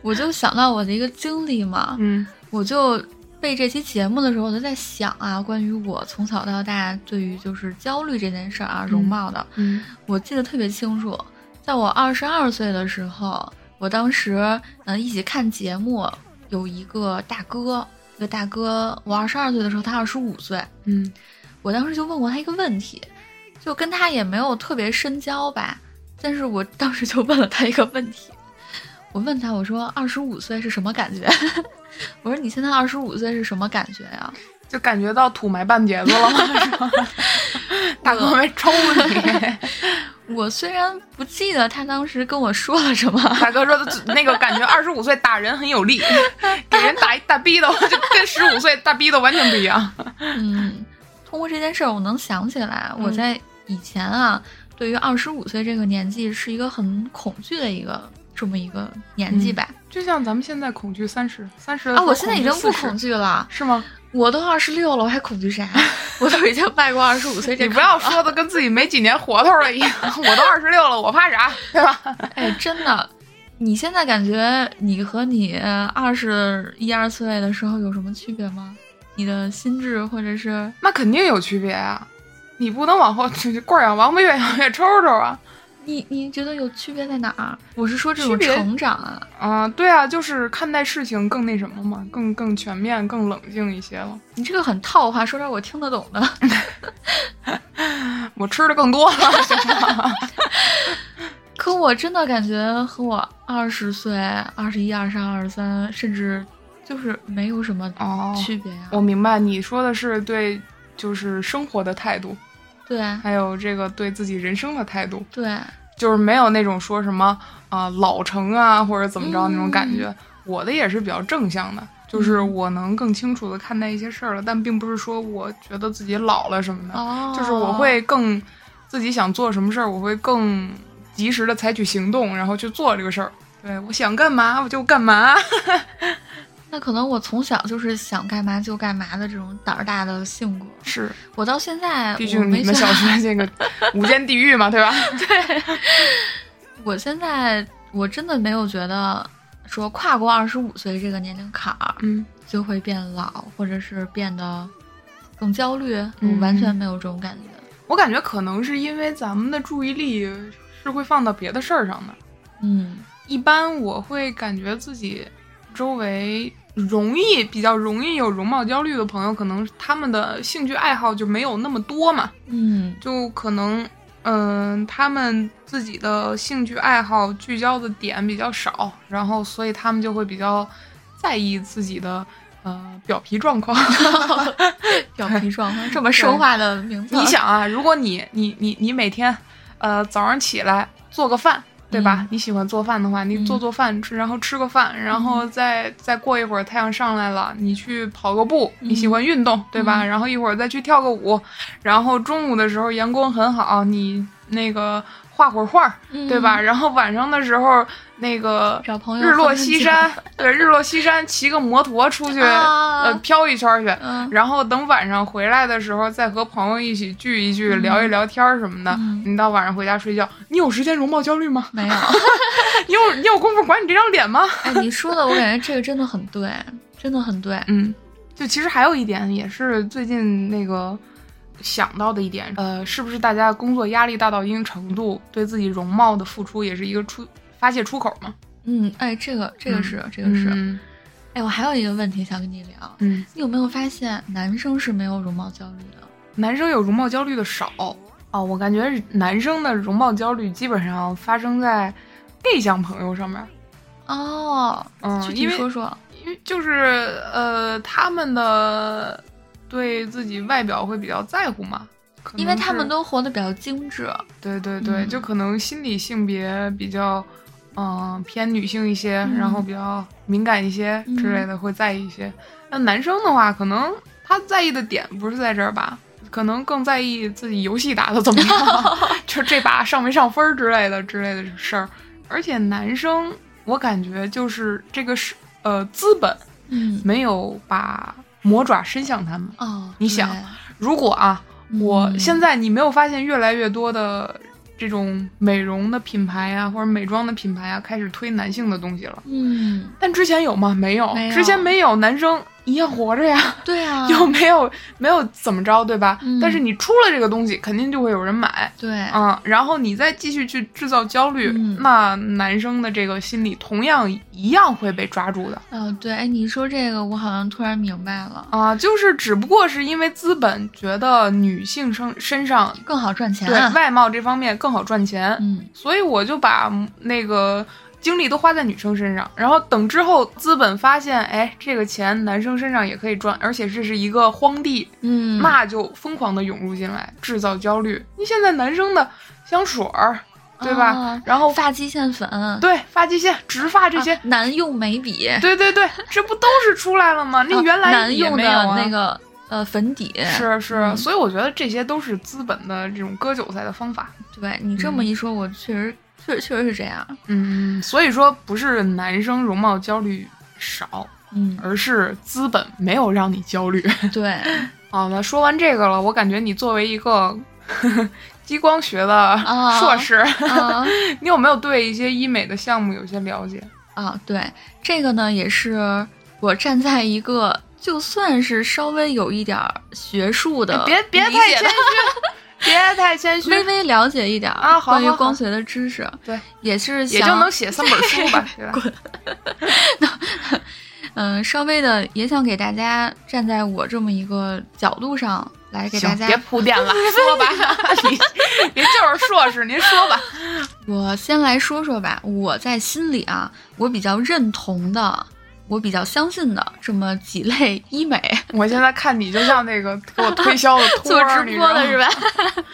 我就想到我的一个经历嘛，嗯我就背这期节目的时候，我就在想啊，关于我从小到大对于就是焦虑这件事儿啊，容貌的，嗯我记得特别清楚。在我二十二岁的时候，我当时嗯、呃一起看节目，有一个大哥，一个大哥，我二十二岁的时候，他二十五岁，嗯我当时就问过他一个问题，就跟他也没有特别深交吧，但是我当时就问了他一个问题，我问他我说二十五岁是什么感觉？ 我说你现在二十五岁是什么感觉呀、就感觉到土埋半截子了吗？是吧 大哥没抽你，我虽然不记得他当时跟我说了什么，大哥说那个感觉二十五岁打人很有力，给人打一大逼斗，就跟十五岁大逼斗完全不一样。嗯， 通过这件事儿，我能想起来我嗯在以前啊，对于二十五岁这个年纪是一个很恐惧的一个这么一个年纪吧。就像咱们现在恐惧三十，三十啊，我现在已经不嗯惧恐40。惧了。是吗？我都二十六了，我还恐惧 啥？我都已经迈过二十五岁这你坎不要儿了说的跟自己没几年活头了一样。我都二十六了，我怕啥？对吧？哎，真的，你现在感觉你和你二十一二岁的时候有什么区别吗？你的心智或者是那肯定有区别啊！你不能往后棍儿仰王八，越仰越抽抽啊！你你觉得有区别在哪儿？我是说这区种别成长啊，啊、对啊，就是看待事情更那什么嘛，更更全面、更冷静一些了。你这个很套话，说点我听得懂的。 我吃的更多了， 行吗？可我真的感觉和我二十岁、二十一、二十二、二十三，甚至就是没有什么哦，区别啊。我明白你说的是对，就是生活的态度，对啊还有这个对自己人生的态度。对，呃嗯就是没有那种说什么啊、老成啊或者怎么着那种感觉。我的也是比较正向的，就是我能更清楚的看待一些事儿了，但并不是说我觉得自己老了什么的，哦，就是我会更自己想做什么事儿，我会更及时的采取行动，然后去做这个事儿。对，我想干嘛我就干 嘛。那可能我从小就是想干嘛就干嘛的这种胆儿大的性格，是，我到现在毕我竟没你们想小学 这个无间地狱嘛，对吧？我现在我真的没有觉得说跨过二十五岁这个年龄坎儿嗯就会变老，或者是变得更焦虑，我嗯完全没有这种感觉。我感觉可能是因为咱们的注意力是会放到别的事儿上的。嗯一般我会感觉自己周围容易比较容易有容貌焦虑的朋友，可能他们的兴趣爱好就没有那么多嘛，嗯就可能嗯、他们自己的兴趣爱好聚焦的点比较少，然后所以他们就会比较在意自己的呃表皮状况。 表皮状况这么生化的名字，嗯哎 你想啊，如果你你你你每天，呃，早上起来做个饭，对吧？嗯你喜欢做饭的话，你做嗯做饭，吃，然后吃个饭，然后再再过一会儿太阳上来了，你去跑个步，你喜嗯欢运动，对吧？嗯然后一会儿再去跳个舞，然后中午的时候阳光很好，你那个画会儿画儿，嗯对吧？？然后晚上的时候那个找朋友日落喝杯西酒山，对，日落西山骑个摩托出去，啊呃，飘一圈儿去。嗯然后等晚上回来的时候，再和朋友一起聚一聚，聊一聊天儿什么的。嗯你到晚上回家睡觉，你有时间容貌焦虑吗？ 没有。 你有你有功夫管你这张脸吗？哎，你说的我感觉这个真的很对，真的很对。嗯，就其实还有一点，也是最近那个想到的一点，呃，是不是大家工作压力大到一定程度，对自己容貌的付出也是一个出发泄出口嘛？嗯，哎，这个这个是、这这个是。嗯哎，我还有一个问题想跟你聊，嗯，你有没有发现男生是没有容貌焦虑的？男生有容貌焦虑的少哦，我感觉男生的容貌焦虑基本上发生在 gay 向朋友上面。哦，嗯具因体为说说。因为就是呃，他们的对自己外表会比较在乎嘛，可能因为他们是都活得比较精致，对对对，嗯就可能心理性别比较嗯、呃偏女性一些，嗯然后比较敏感一些之类的，会在意一些。那男生的话，可能他在意的点不是在这儿吧？可能更在意自己游戏打的怎么 样，就这把上没上分儿之类的之类的事儿。而且男生，我感觉就是这个是呃资本，嗯，没有把魔爪伸向他们。哦，你想对，如果啊，我嗯现在你没有发现越来越多的这种美容的品牌啊，或者美妆的品牌啊，开始推男性的东西了。嗯，但之前有吗？没有，没有之前没有，男生一样活着 呀，对 啊，又没有没有怎么着，对吧？嗯但是你出了这个东西，肯定就会有人买。对，啊，然后你再继续去制造焦虑，嗯那男生的这个心理同样一样会被抓住的。嗯、对，哎，你说这个，我好像突然明白了，啊，就是只不过是因为资本觉得女性身身上更好赚钱对、啊，外貌这方面更好赚钱，嗯所以我就把那个精力都花在女生身上，然后等之后资本发现，哎，这个钱男生身上也可以赚，而且这是一个荒地，嗯，那就疯狂的涌入进来，制造焦虑。你现在男生的香水儿，对吧？啊然后发际线粉，对发际线、直发这些。啊男用眉笔，对对对，这不都是出来了吗？那啊原来男也用没的有啊。那个呃粉底，是是，嗯所以我觉得这些都是资本的这种割韭菜的方法。对你这么一说，我确实确确实是这样，嗯，所以说不是男生容貌焦虑少，嗯，而是资本没有让你焦虑。 对， 好了，说完这个了，我感觉你作为一个 激光学的啊硕士， 啊。你有没有对一些医美的项目有些了解？啊，对，这个呢也是我站在一个就算是稍微有一点儿学术的，哎别别太谦虚， 别太谦虚，微微了解一点儿啊好关于好好光学的知识，对，也是也想就能写三本书 吧，对吧？嗯、稍微的也想给大家站在我这么一个角度上来给大行，别家，铺垫了，说吧， 你您就是硕士，您说吧。我先来说说吧，我在心里啊，我比较认同的我比较相信的这么几类 医美。我现在看你就像那个给我推销的托 做儿，你直知播道吗的是吧？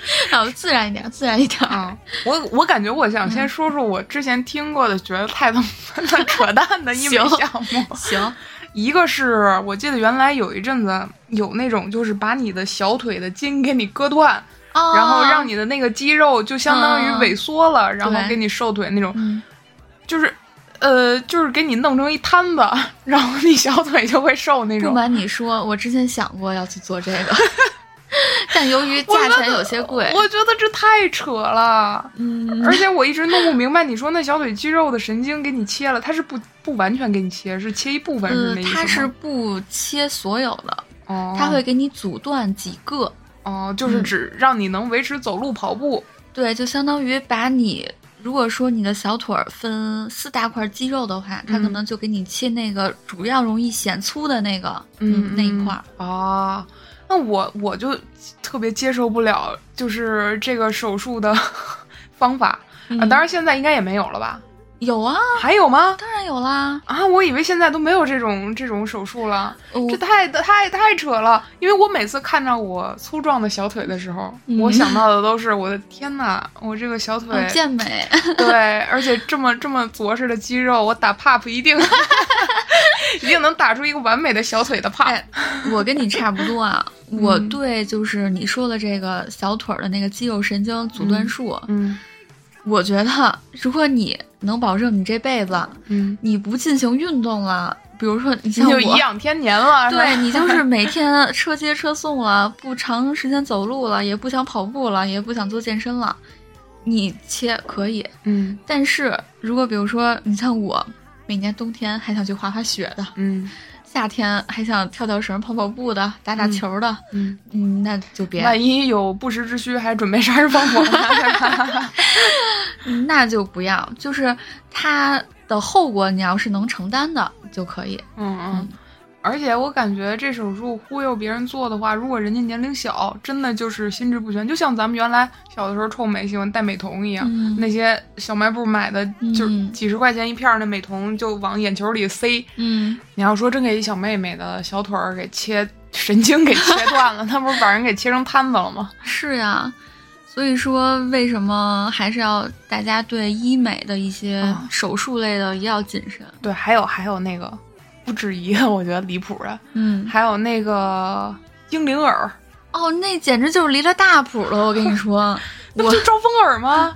好，自然一点，自然一点。啊，我我感觉我想嗯先说说我之前听过的，觉得太他妈 的扯淡的医美行项目。行，一个是我记得原来有一阵子有那种，就是把你的小腿的筋给你割断，哦、然后让你的那个肌肉就相当于嗯萎缩了，然后对给你瘦腿那种，嗯，就是。呃，就是给你弄成一摊子， 然后你小腿就会瘦那不种。瞒你说，我之前想过要去做这 个，但由于我觉价得钱有些贵，我觉得这太扯了，嗯，而且我一直弄不明白，你说那小腿肌肉的神经给你切了，它是不不完全给你切，是切一部分是呃那，意思吗？它是不切所有的，哦，它会给你阻断几个，哦，就是嗯只让你能维持走路、跑步。嗯对，就相当于把你。如果说你的小腿儿分四大块肌肉的话，它可嗯能就给你切那个主要容易显粗的那个，那一块儿。嗯啊。那我我就特别接受不了，就是这个手术的 方法啊。嗯当然现在应该也没有了吧？有啊，还有吗？当然有啦。啊，我以为现在都没有这种这种手术了，我这太太太扯了。因为我每次看到我粗壮的小腿的时候，嗯我 想到的都是我的天呐，我这个小腿、哦健美，对，而且这么这么着实的肌肉，我打 pop 一 定一定能打出一个完美的小腿的 pop。哎，我跟你差不 多啊。我嗯对就是你说的这个小腿儿的那个肌肉神经阻断术，嗯我觉得如果你能保证你这辈子嗯，你不进行运动了，比如说你你像就我， 颐养天年了，是吧对 你就是每天车接车送了，不长时间走路了，也不想跑步了，也不想做健身了，你切可以。嗯但是如果比如说你像我，每年冬天还想去滑滑雪的，嗯夏天还想跳跳绳、跑跑步的、打打球的，嗯，嗯，那就别，万一有不时之需，还准备杀人放火呢， 对吧？嗯那就不要，就是它的后果，你要是能承担的就可以。嗯嗯。而且我感觉这手术忽悠别人做的话，如果人家年龄小，真的就是心智不全，就像咱们原来小的时候臭美喜欢戴美瞳一样，嗯那些小卖部买的就是嗯几十块钱一片儿那美瞳，就往眼球里塞。嗯，你要说真给一小妹妹的小腿儿给切神经给切断 了，那不是把人给切成摊子了吗？是呀。所以说，为什么还是要大家对医美的一些啊手术类的也要谨慎？对，还有还有那个不止一个，我觉得离谱的，嗯，还有那个英灵耳，哦，那简直就是离了大谱了！我跟你 说，那不我就招风耳吗？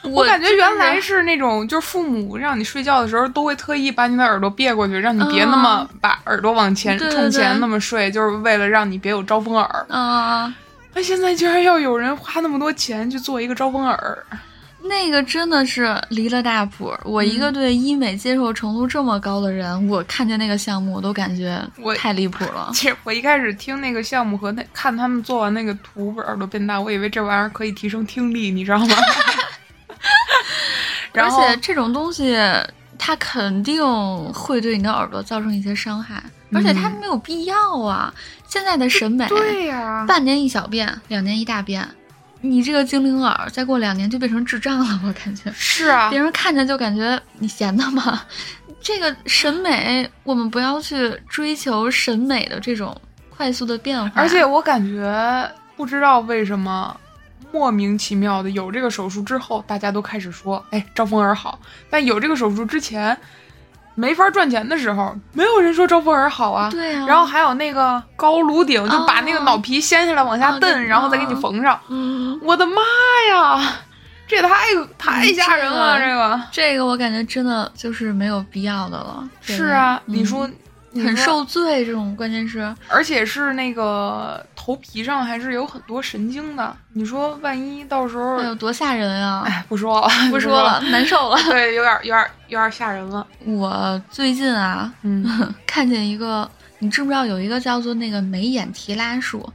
我我感觉真原来是是那种，就是父母让你睡觉的时候，都会特意把你的耳朵别过去，让你别那么把耳朵往前、嗯对对冲前对那么睡，就是为了让你别有招风耳。啊、那现在居然要有人花那么多钱去做一个招风耳，嗯那个真的是离了大谱。我一嗯个对医美接受程度这么高的人，我看见那个项目我都感觉我太离谱了。其实我一开始听那个项目和那看他们做完那个图，不是耳朵变大，我以为这玩意儿可以提升听力，你知道吗？ 然而后且这种东西，它肯定会对你的耳朵造成一些伤害，而且它没有必要啊。现在的审美，嗯对呀、半年一小变，两年一大变。你这个精灵耳，再过两年就变成智障了，我感觉。是啊别，人看着就感觉你闲的吗？这个审美，我们不要去追求审美的这种快速的变化。 而 且，我感觉不知道为什么。莫名其妙的有这个手术之后，大家都开始说：“哎，招风耳好。”但有这个手术之前，没法赚钱的时候，没有人说招风耳好啊。对啊，然后还有那个高颅顶，就把那个哦脑皮掀下来往下哦蹬，对然后再给你哦缝上。嗯，我的妈呀，这也太太吓人了！这这个个这个我感觉真的就是没有必要的了。对是啊，嗯你说你很说，受罪，这种关键是而且是那个头皮上还是有很多神经的。你说万一到时候哎，有多吓人啊！ 哎，不说了，不说了，，难受了。对，有点有点有点吓人了。我最近啊，嗯看见一个，你知不知道有一个叫做那个眉眼提拉术，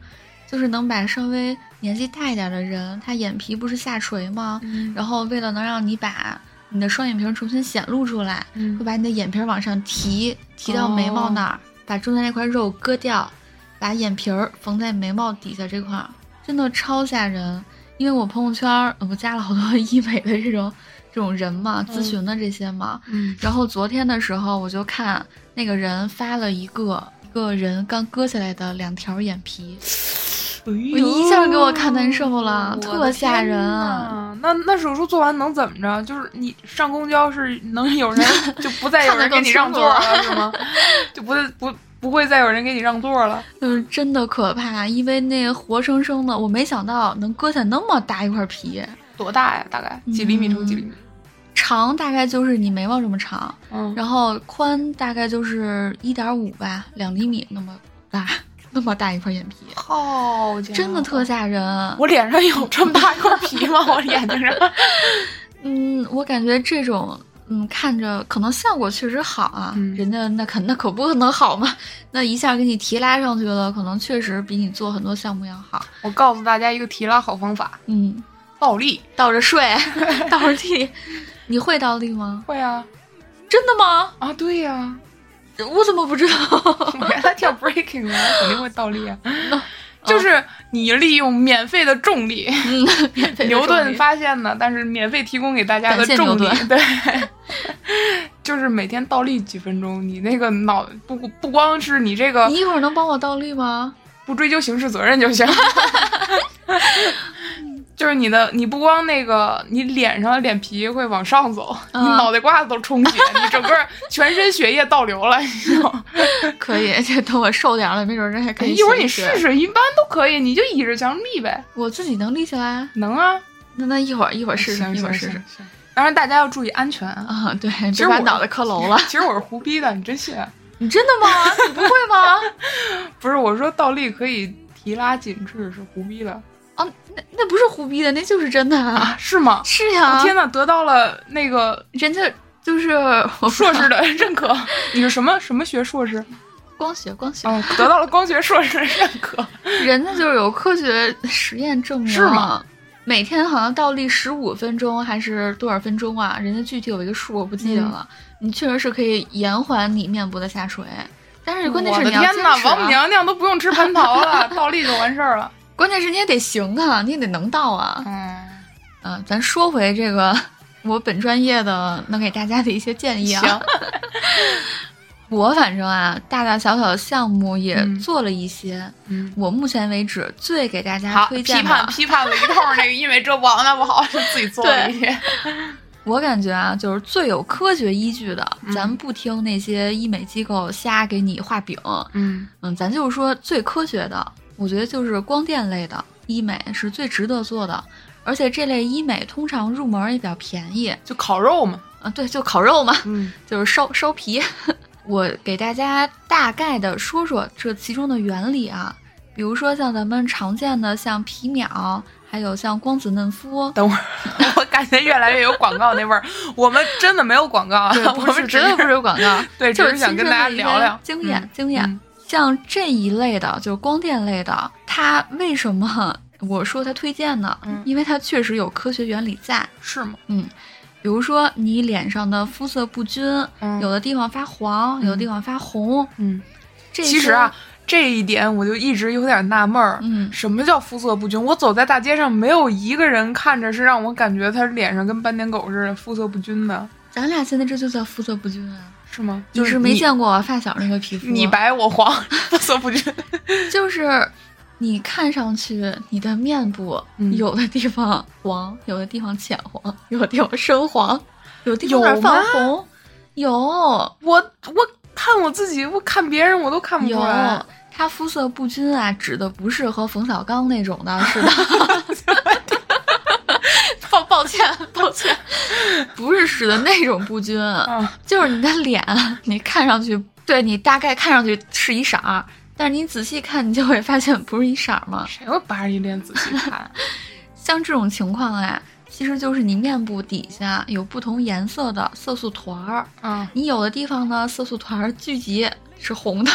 就是能把稍微年纪大一点的人，他眼皮不是下垂吗？嗯然后为了能让你把你的双眼皮儿重新显露出来，会嗯把你的眼皮儿往上提，提到眉毛那儿，把中间那块肉割掉，把眼皮儿缝在眉毛底下这块儿，真的超吓人。因为我朋友圈儿我加了好多 医美的这种这种人嘛，咨询的这些嘛。嗯然后昨天的时候，我就看那个人发了一个一个人刚割下来的两条眼皮，我我一下给我看难受了，特吓人啊！啊！那那手术做完能怎么着？就是你上公交是能有 人就不再有人给你让座了，是吗？就不不不会再有人给你让座了。就是真的可怕，因为那活生生的，我没想到能割下那么大一块皮，多大呀？大概嗯几厘米乘几厘米？长大概就是你眉毛这么长，嗯，然后宽大概就是一点五吧，两厘米那么大， 那么大一块眼啊皮，好家伙，真的特吓人。我脸上有这么大一块皮吗？我眼睛上？嗯，我感觉这种。嗯，看着可能效果确实好啊，嗯人家那可那可不可能好嘛？那一下给你提拉上去了，可能确实比你做很多项目要好。 我告诉大家一个提拉好方法：嗯，倒立。倒着睡， 倒着立，你会倒立吗？会啊真的吗？啊，对呀、我怎么不知道？ 我原来跳 breaking 的，我肯定会倒立啊。就是你利用免费的重力，嗯，免费的 牛重顿力发现的，但是免费提供给大家的感谢重力牛，顿对， 就是每天倒立几分钟，你那个脑不不光是你这个你一会儿能帮我倒立吗？ 不追究刑事责任就行， 就是你的你不光那个你脸上的脸皮会往上走，你嗯脑袋瓜子都充血，你整 个全身血液倒流了，你知道吗？可以， 这等我瘦点儿了，没准儿这还可以。哎一会儿你试，试，一般都可以，你就倚着墙壁呗。我自己能立起来。能啊，那那一会儿一会儿试试，行一会儿行试试行。行当然，大家要注意安全啊。啊、对，实别把我脑袋磕楼了。 其实我是胡逼的，你真信啊？你真的吗？你不会吗？不是，我说倒立可以提拉紧致是胡逼的啊，那那不是胡逼的，那就是真的啊。啊？是吗？是呀、天哪，得到了那个人家就是我硕士的认可。 你是什么什么学硕士？光学 光学，哦，得到了光学硕士认可。人家就是有科学实验证明，啊是吗？每天好像倒立十五分钟还是多少分钟啊？人家具体有一个数，我不记得嗯了。你确实是可以延缓你面部的下垂，但是关键我是的你要坚天持、哪啊，。王母娘娘都不用吃蟠桃了，倒立就完事儿了。关键是你也得行啊，你也得能到啊。嗯，嗯、咱说回这个我本专业的能给大家的一些建议啊行。我反正啊，大大小小的项目也嗯做了一些。嗯。我目前为止最给大家好，推批荐的判批判了一通那个，因为这不好那不好，是自己做的一些。我感觉啊，就是最有科学依据的，嗯咱不听那些医美机构瞎给你画饼，嗯，嗯，咱就是说最科学的，我觉得就是光电类的医美是最值得做的，而且这类医美通常入门也比较便宜， 就烤肉嘛。啊，对，就烤肉嘛，嗯就是烧烧皮。 我给大家大概的说说这其中的原理啊，比如说像咱们常见的像皮秒，还有像光子嫩 肤，等会儿，我感觉越来越有广告那味儿。我们真的没有广告啊， 对，我不们是只绝对不是广告， 对，只就是是想亲跟身大家的一些聊聊经验嗯经验嗯。像这一类的，就是光电类的，它为什么我说它推荐呢嗯？因为它确实有科学原理在。嗯是吗？比如说，你脸上的肤色不均，嗯有的地方发黄，有的地方发红。嗯，这其实些啊，，这一点我就一直有点纳闷儿。嗯，什么叫肤色不均？我走在大街上，没有一个人看着是让我感觉他脸上跟斑点狗似的，肤色不均的，咱俩现在这就叫肤色不均啊。是吗？你就是没见过我发小那个皮肤，你白我黄， 肤色不均。就是你看上去你的面部嗯有的地方黄，有的地方浅黄，有的地方深黄，有的地方有哪儿吗泛红，有我 我看我自己，我看别人我都看不出有来。。他肤色不均啊，指的不是和冯小刚那种的，是的。 抱抱歉，抱歉，不是指的那种不均，啊，就是你的脸，你看上去，对你大概看上去是一色儿，但是你仔细看，你就会发现不是一色儿嘛。谁会扒着你脸仔细 看？像这种情况啊，其实就是你面部底下有不同颜色的色素团儿，啊，你有的地方呢色素团儿聚集是红的，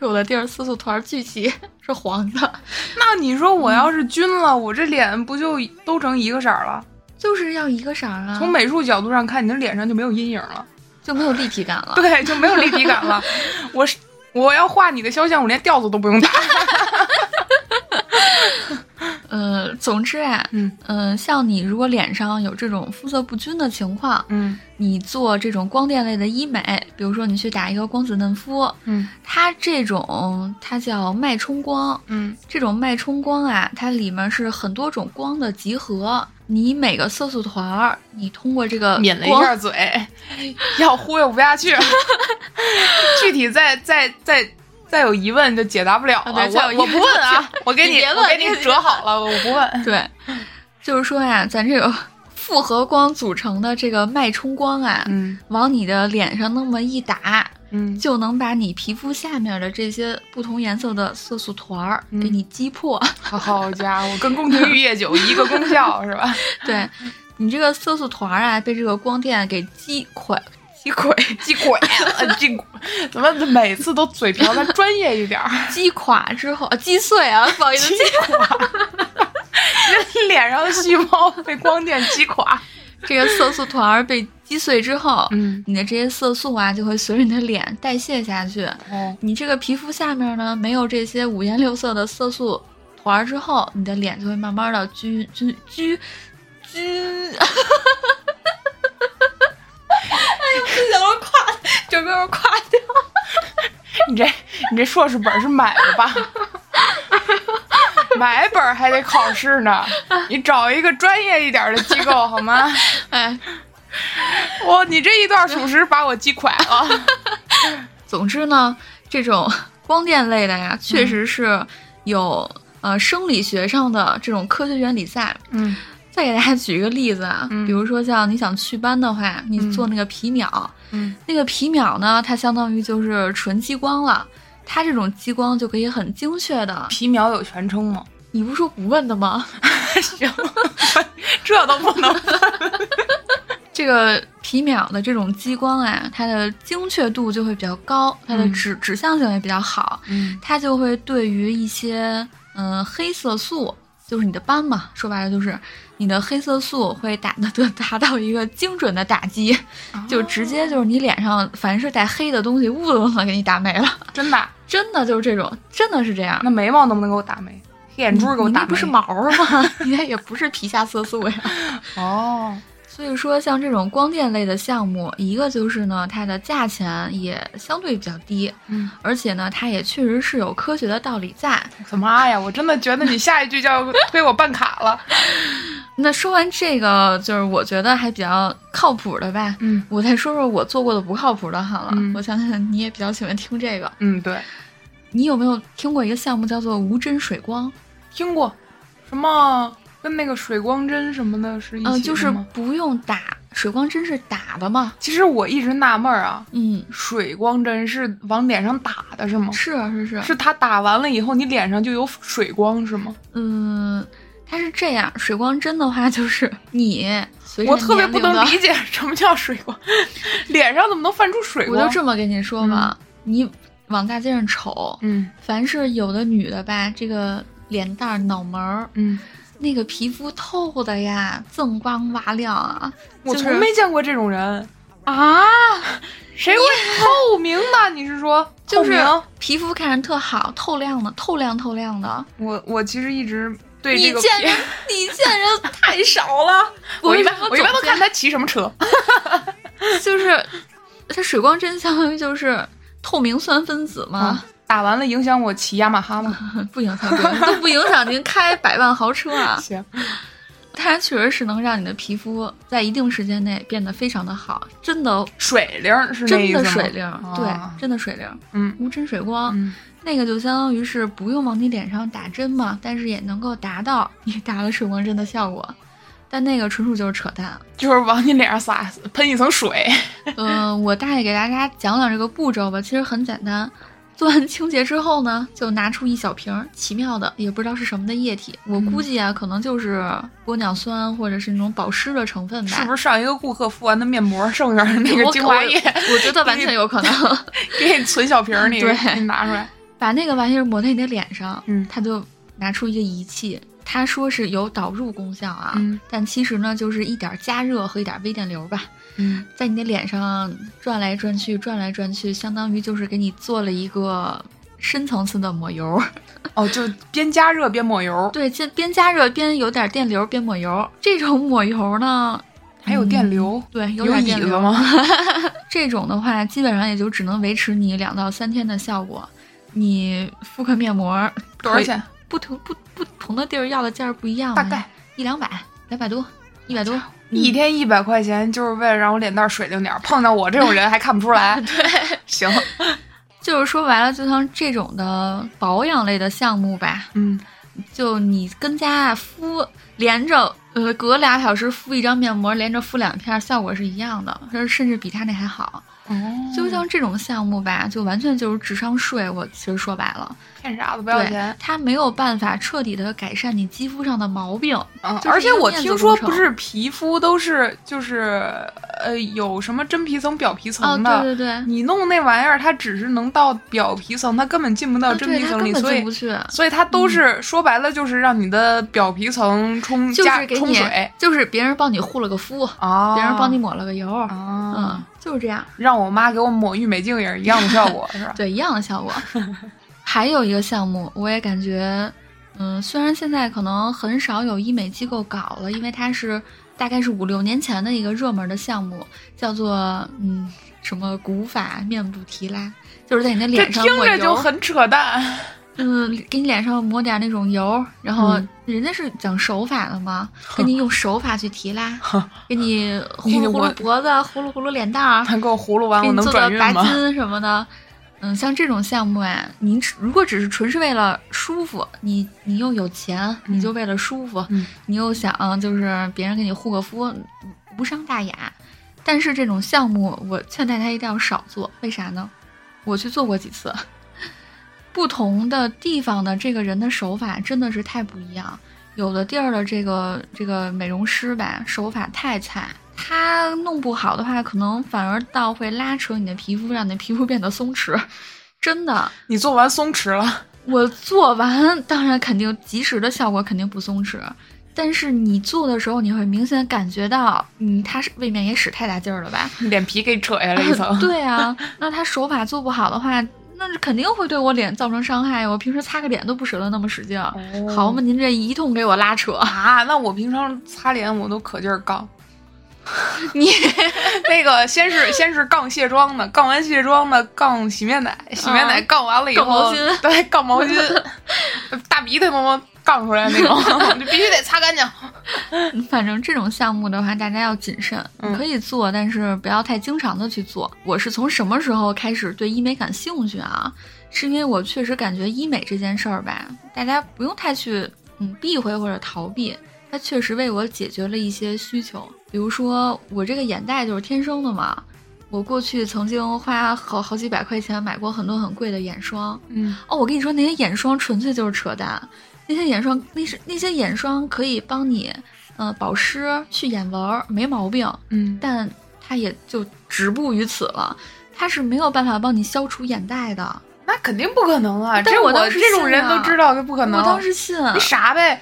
有的地儿色素团儿聚集是黄的，那你说我要是均了，我这脸不就都成一个色儿了？就是要一个色儿啊从，美术角度上看，你的脸上就没有阴影了，就没有立体感了。对，就没有立体感 了。我是我要画你的肖像，我连调子都不用打。嗯、呃，总之啊，嗯嗯、像你如果脸上有这种肤色不均的情况，嗯你做这种光电类的医美，比如说你去打一个光子嫩肤，嗯它这种它叫脉冲光，嗯这种脉冲光啊，它里面是很多种光的集合。你每个色素团儿，你通过这个抿了一呃光下嘴，要忽悠不下去， 具体再再再再有疑问就解答不了了。啊对再有疑我我问不问啊，我给你别问我给你你别折好了，我不 问。对，就是说呀，咱这个复合光组成的这个脉冲光啊，嗯往你的脸上那么一打，嗯就能把你皮肤下面的这些不同颜色的色素团儿嗯给你击 破。好家伙，跟宫廷玉液酒一个功 效是吧？ 对你这个色素团儿啊，被这个光电给击溃。击溃、鸡鬼了，鸡鬼怎么每次都嘴瓢？咱专业一点儿， 击垮之后，啊，击碎啊，不好意思，击人脸上的细胞被光电击垮。这个色素团儿被击碎之后，嗯，你的这些色素啊，就会随着你的脸代谢下去。哦，你这个皮肤下面呢，没有这些五颜六色的色素团儿之后，你的脸就会慢慢的均均均均， 哎呦，不行，我垮，整个人垮掉。你这你这硕士本是买的吧？买本儿还得考试呢，你找一个专业一点儿的机构好吗？ 哎，我你这一段属实把我击垮了。总之呢，这种光电类的呀，确实是有、呃生理学上的这种科学原理在。嗯再给大家举一个例子啊，嗯比如说像你想祛斑的话，你嗯做那个皮秒，嗯那个皮秒呢，它相当于就是纯激光了。它这种激光就可以很精确的，皮秒有全称吗？ 你不是说不问的吗？行， 这都不能问。这个皮秒的这种激光啊，它的精确度就会比较高，它的嗯指、指向性也比较好，嗯它就会对于一些嗯、黑色素，就是你的斑嘛，说白了就是你的黑色素会打 的得达到一个精准的打击，哦就直接就是你脸上凡是带黑的东西，呜的给你打没了，真的啊，真的就是这种，真的是这样。那眉毛能不能给我打没？黑眼珠给我你那打没不是毛儿吗？ 你那也不是皮下色素呀。哦，所以说，像这种光电类的项目，一个就是呢，它的价钱也相对比较低，嗯，而且呢，它也确实是有科学的道理在。我的妈呀！我真的觉得你下一句就要推我办卡了。那说完这个，就是我觉得还比较靠谱的吧。嗯我再说说我做过的不靠谱的好了。嗯我想想，你也比较喜欢听这个，嗯，对，你有没有听过一个项目叫做无针水光？听过什么跟那个水光针什么的是一起嗯、的吗？就是不用打水光针是打的嘛？其实我一直纳闷儿啊，嗯，水光针是往脸上打的是吗？是啊是是是它打完了以后，你脸上就有水光是吗？嗯，它是这样，水光针的话就是你随着我特别年不龄的能理解 什么叫水光， 脸上怎么能泛出水我光？就这么跟你说吧，你往大街上瞅，嗯凡是有的女的吧，这个脸蛋儿、脑门儿，嗯，那个皮肤透的呀，锃光瓦亮啊，我就是从没见过这种人，啊，谁会透明的？ 你是说就是透明皮肤看着特好，透亮的，透亮透亮的。我我其实一直对你这个见人， 你见人太少了。 我一为什般么我一般总都见看他骑什么车。就是 它水光针相当于就是透明酸分子嘛，嗯打完了影响我骑雅马哈吗？不影响，不影响都不影响您开百万豪车啊。 行，它确实是能让你的皮肤在一定时间内变得非常的好，真的水灵儿是那真意思的吗？水灵，啊对，真的水灵，嗯无针水光、嗯那个就相当于是不用往你脸上打针嘛，但是也能够达到你打了水光针的效果。但那个纯属就是扯淡。就是往你脸上撒喷一层水。嗯、我大概给大家讲讲这个步骤吧，其实很简单。做完清洁之后呢，就拿出一小瓶儿奇妙的，也不知道是什么的液体，我估计嗯啊，可能就是玻尿酸或者是那种保湿的成分吧。 是不是上一个顾客敷完的面膜剩下的那个我精华液，我我觉得完全有可能。 给你存小 瓶儿，你对你拿出来。把那个玩意儿抹在你的脸上，嗯他就拿出一个仪器，他说是有导入功效啊，嗯但其实呢就是一点加热和一点微电流吧，嗯在你的脸上转来转去，转来转去，相当于就是给你做了一个深层次的抹油。哦，就边加热边抹油， 对，这边加热边有点电流，边抹油。这种抹油呢，还有电流，对，嗯有嗯点椅电子流。吗？ 这种的话，基本上也就只能维持你两到三天的效果。你敷个面膜多少？钱？不同不不同的地儿要的价儿不一样嘛，大概一两百、两百多、一百多。一天一百块钱，就是为了让我脸蛋儿水灵点儿。碰到我这种人还看不出 来。对，行，就是说白了，就像这种的保养类的项目吧，嗯，就你跟家敷连着，呃，隔俩小时敷一张面膜，连着敷两片，效果是一样的，甚甚至比他那还好。哦，就像这种项目吧，就完全就是智商税。我其实说白了，骗傻子不不要钱。它没有办法彻底的改善你肌肤上的毛病。嗯，就是而且一个我面子听工说程不是皮肤都是就是呃有什么真皮层表皮哦，层的，对对对，你弄那玩意儿，它只是能到表皮层，它根本进不到啊真对，皮它层根里，本所进不以去。所以它都是、说白了就是让你的表皮层冲就加是给冲你水，就是别人帮你护了个肤，啊，别人帮你抹了个油，啊，嗯，就是这样。让我妈给我抹郁美净也是一样的效果，是 吧？对，一样的 效果。还有一个项目，我也感觉，嗯，虽然现在可能很少有医美机构搞了，因为它是大概是五六年前的一个热门的项目，叫做嗯什么古法面部提拉，就是在你的这脸上听抹着就油，很扯淡。嗯，给你脸上抹点那种油，然后嗯人家是讲手法的嘛，给你用手法去提拉，给你呼你噜呼我噜脖子，呼噜呼噜脸蛋儿，他给我葫芦完，给我你能做转个运白吗？金什么的。嗯，像这种项目啊，你只如果只是纯是为了舒服，你你又有钱，你就为了舒服，嗯你又想、就是别人给你护个肤，无伤大雅。但是这种项目，我劝大家一定要少做，为啥呢？我去做过几次， 不同的地方的这个人的手法真的是太不一样。有的地儿的这个这个美容师吧，手法太菜，他弄不好的话，可能反而倒会拉扯你的皮肤，让你的皮肤变得松弛。真的， 你做完松弛了， 我做完，当然肯定及时的效果肯定不松弛，但是你做的时候，你会明显感觉到，嗯，他是未免也使太大劲儿了吧？脸皮给扯下来一层。 对啊，那他手法做不好的话，那肯定会对我脸造成伤害。我平时擦个脸都不舍得那么使劲儿。哦好嘛，您这一通给我拉扯，啊，那我平常擦脸我都可劲儿杠。你 那个先是先是杠卸妆的，杠完卸妆的杠洗面奶，洗面奶啊杠完了以后，杠毛巾对，杠毛 巾，大鼻涕他妈杠出来那种，就必须得擦干净。 反正这种项目的话，大家要谨慎，嗯可以做，但是不要太经常的去做。我是从什么时候开始对医美感兴趣啊？是因为我确实感觉医美这件事儿吧，大家不用太去嗯避讳或者逃避，它确实为我解决了一些需求。比如说我这个眼袋就是天生的嘛，我过去曾经花好好几百块钱买过很多很贵的眼霜，嗯，哦，我跟你说，那些眼霜纯粹就是扯淡。那些眼霜，那是那些眼霜可以帮你，呃，保湿、去眼纹儿，没毛病，嗯，但它也就止步于此了。它是没有办法帮你消除眼袋的。那肯定不可能啊！但这我我当时这种信人啊都知道，这不可能。我当时信，啊你傻呗，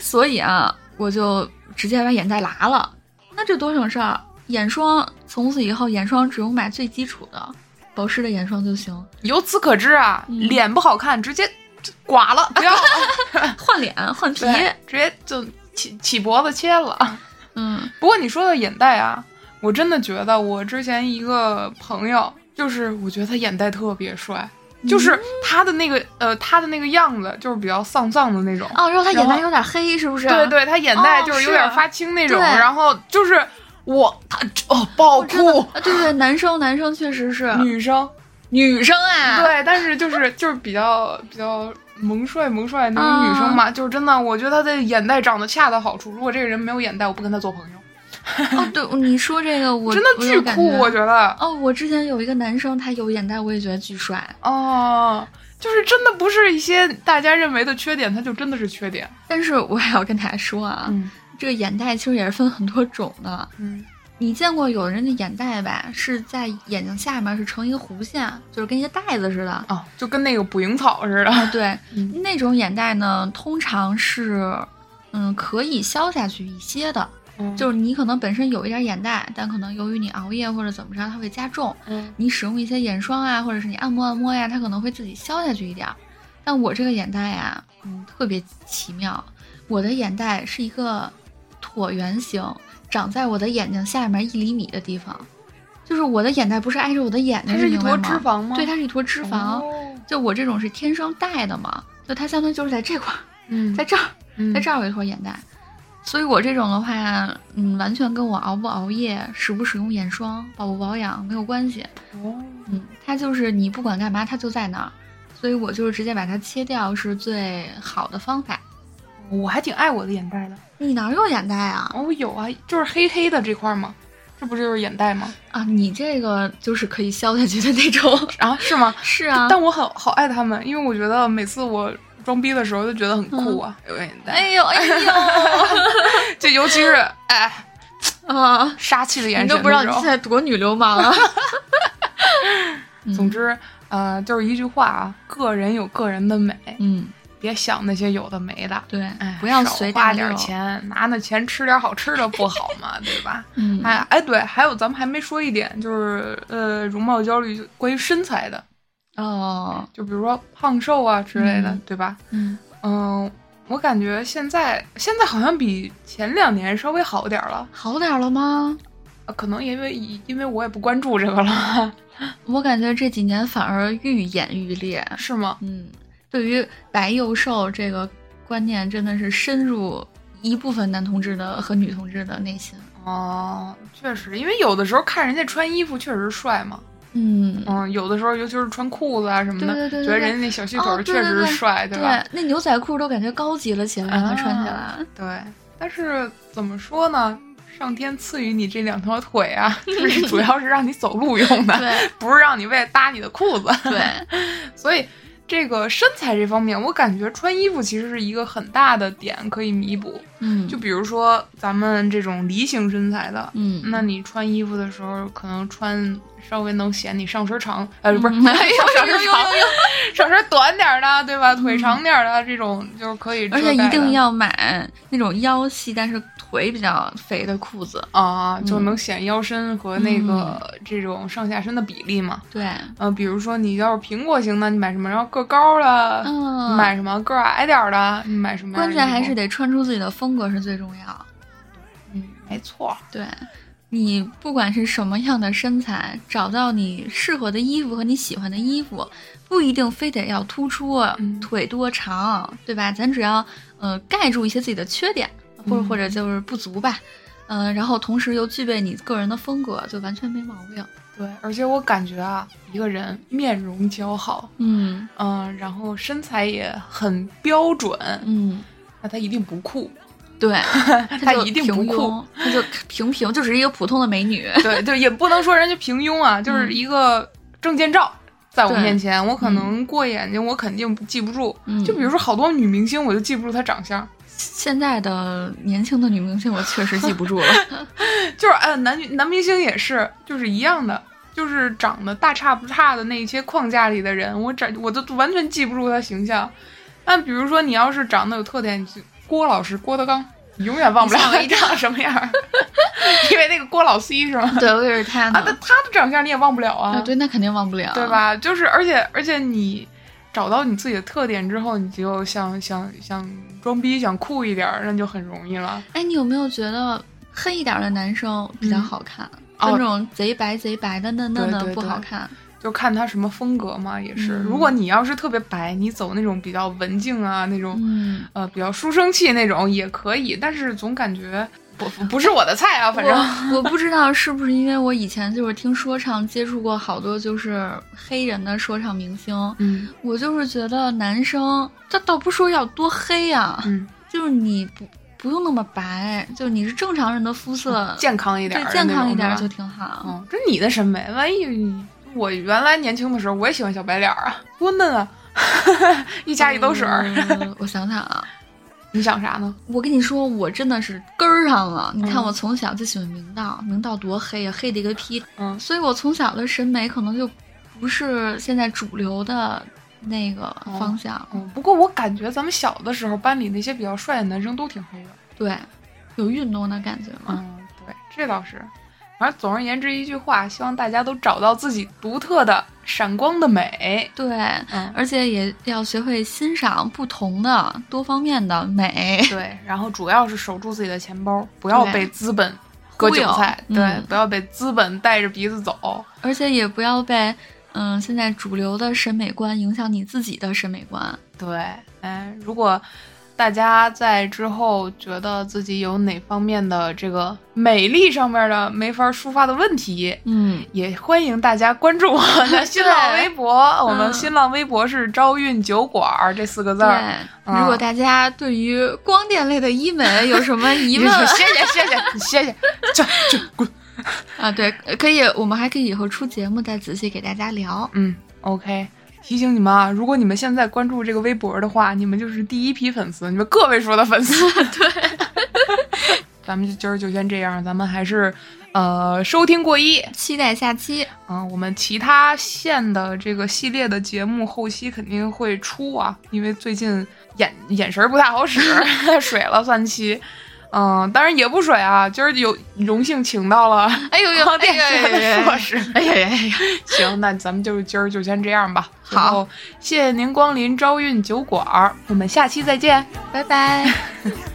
所以啊，我就直接把眼袋拉了。那这多省事儿！眼霜从此以后，眼霜只用买最基础的保湿的眼霜就行。由此可知啊，嗯啊脸不好看，直接就刮了，不要了，换脸换皮，对，直接就起起脖子切了。嗯不过你说的眼袋啊，我真的觉得我之前一个朋友，就是我觉得他眼袋特别帅，嗯就是他的那个呃他的那个样子就是比较丧丧的那种。哦，然后它眼然袋后有点黑，是不是？对对，他眼袋哦就是有是点发青那种，对然后就是我他哦爆哦真的哭，啊，对对，男生男生确实是女生女生啊，对，但是就是就是比较比较萌帅萌帅那种女啊生嘛，就是真的，我觉得他的眼袋长得恰到好处。如果这个人没有眼袋，我不跟他做朋友，哦，对，你说这个我真的巨酷，我我有感觉觉得哦，我之前有一个男生，他有眼袋，我也觉得巨帅，哦，就是真的不是一些大家认为的缺点，它就真的是缺点。但是我也要跟大家说啊，嗯这个眼袋其实也是分很多种的。嗯你见过有人的眼袋吧，是在眼睛下面是成一个弧线，就是跟一个带子似的。啊，就跟那个捕蝇草似的。对，嗯那种眼袋呢，通常是，嗯，可以消下去一些的，嗯就是你可能本身有一点眼袋，但可能由于你熬夜或者怎么着，它会加重。嗯你使用一些眼霜啊，或者是你按摩按摩呀，它可能会自己消下去一点儿。但我这个眼袋呀，嗯，特别奇妙。我的眼袋是一个椭圆形，长在我的眼睛下面一厘米的地方，就是我的眼袋不是挨着我的眼睛，它是一明白坨脂肪吗嗯对，它是一坨脂肪。哦就我这种是天生带的嘛，就它相当于就是在这块儿，嗯在这儿，嗯在这儿有一坨眼袋。所以我这种的话，嗯，完全跟我熬不熬夜、使不使用眼霜、保不保养没有关系。哦嗯，它就是你不管干嘛，它就在那儿，所以我就是直接把它切掉是最好的方法。我还挺爱我的眼袋的。你哪儿有眼袋啊？哦，有啊，就是黑黑的这块儿嘛，这不就是眼袋吗？啊，你这个就是可以消下去的那种。啊，是吗？是啊，但我好好爱他们，因为我觉得每次我装逼的时候就觉得很酷啊，有眼袋，哎呦哎呦 就尤其是哎 啊！杀气的眼你神都不知道的时你候现在多女流氓啊！嗯总，之，呃，就是一句话啊，个人有个人的美， 嗯，别想那些有的没的。对哎，，不要少随大花流点。钱，拿那钱吃点好吃的不好吗？ 对吧？嗯，哎哎，对，还有咱们还没说一点，就是呃，容貌焦虑关于身材的，哦，就比如说胖瘦啊之类的，嗯对吧？嗯，嗯，我感觉现在现在好像比前两年稍微好点儿了，好点儿了吗？呃可能因为因为我也不关注这个了， 我感觉这几年反而愈演愈烈。是吗？嗯，对于白幼瘦这个观念，真的是深入一部分男同志的和女同志的内心。哦，确实，因为有的时候看人家穿衣服确实帅嘛，嗯，嗯，有的时候尤其是穿裤子啊什么的，对对对对觉得人家那小细腿哦儿对确对实对帅，对吧？，那牛仔裤都感觉高级了起来了，啊穿起来。对，但是怎么说呢？上天赐予你这两条腿啊， 就是 主要是让你走路用的，对不是让你为了搭你的裤子。 对，所以这个身材这方面，我感觉穿衣服其实是一个很大的点可以弥补。嗯，就比如说咱们这种梨形身材的，嗯，那你穿衣服的时候，可能穿稍微能显你上身长，呃，不 是、嗯哎呦上身呦呦长， 上身短点儿的，对吧？腿长点儿的这种就是可以遮嗯而盖的，且一定要买那种腰细但是腿比较肥的裤子。啊，就嗯能显腰身和那个这种上下身的比例嘛。对，呃，比如说你要是苹果型的，你买什么？然后个高了，嗯，买什么？个矮点儿的，你买什么呀？关键还是得得穿出自己的风格是最重要。嗯，没错，对，你不管是什么样的身材，找到你适合的衣服和你喜欢的衣服，不一定非得要突出嗯腿多长，对吧？咱只要呃盖住一些自己的缺点，或者嗯或者就是不足吧。嗯、然后同时又具备你个人的风格，就完全没毛病。对。而且我感觉啊，一个人面容姣好，嗯嗯、然后身材也很标准，嗯，那他一定不酷，对，她就一定不平酷庸，她就平平，就只是一个普通的美女。 对，就也不能说人家平庸啊，就是一个证件照。在我对面前，我可能过眼睛，我肯定记不住。嗯就比如说，好多女明星，我就记不住她长相。 现在的年轻的女明星，我确实记不 住了。就是呃，男女男明星也是，就是一样的，就是长得大差不差的那一些框架里的人，我长我都完全记不住他形象。但比如说你要是长得有特点，你就郭老师郭德纲，你永远忘不了你吓我他一长什么样儿， 因为那个郭老 C 是吗？对，我也是她呢。啊，那他的长相你也忘不了啊，啊，对，那肯定忘不了，对？吧？就是而且而且你找到你自己的特点之后，你就想想想装逼想酷一点儿，那就很容易了。哎，你有没有觉得黑一点的男生比较好看？就那种贼白贼白的嫩嫩哦对对的不对好看，就看他什么风格嘛，也是。嗯如果你要是特别白，你走那种比较文静啊，那种、嗯，呃比较书生气那种也可以，但是总感觉不不不是我的菜啊，反正 我我不知道是不是因为我以前就是听说唱接触过好多就是黑人的说唱明星，嗯我就是觉得男生这倒不说要多黑啊，嗯，就是你不不用那么白，就是你是正常人的肤色，健康一点儿对的健那种康一点是吧儿呃就挺好。嗯，这你的审美，万一你我原来年轻的时候我也喜欢小白脸儿啊，多嫩啊， 一家一兜水儿。嗯我想想啊，你想啥呢？我跟你说，我真的是根儿上了。你看，嗯我从小就喜欢明道，明道多黑呀、黑的一个屁。嗯所以我从小的审美可能就不是现在主流的那个方哦向。嗯，不过我感觉咱们小的时候班里那些比较帅的男生都挺黑的。对，有运动的感觉吗？嗯，对，这倒是。反正总而言之一句话，希望大家都找到自己独特的闪光的美。对，嗯，而且也要学会欣赏不同的、多方面的美。 对。然后主要是守住自己的钱包，不要对被资本割忽悠韭菜。嗯对，不要被资本带着鼻子走。而且也不要被嗯现在主流的审美观影响你自己的审美观。对，哎，如果大家在之后觉得自己有哪方面的这个美丽上面的没法抒发的问题，嗯，也欢迎大家关注我们的新浪微博。我们新浪微博是“朝韵酒馆儿”这四个字对儿。。嗯如果大家对于光电类的医美有什么 疑问你谢谢谢谢你谢 谢，这这滚。 啊，对，可以，我们还可以以后出节目再仔细给大家聊。嗯，OK。提醒你们啊，如果你们现在关注这个微博的话，你们就是第一批粉丝，你们个位数的粉丝。 对，咱们就今儿就先这样，咱们还是呃收听过一，期待下期。嗯、我们其他线的这个系列的节目后期肯定会出啊，因为最近眼眼神儿不太好 使，水了三期，嗯、当然也不水啊，今儿有荣幸请到了 哎呦呦，光电哎学呦呦的呦硕士。哎呀呀呀！ 行，那咱们就今儿就先这样吧。好然后，谢谢您光临朝韵酒馆儿，我们下期再见。拜拜。 Yeah.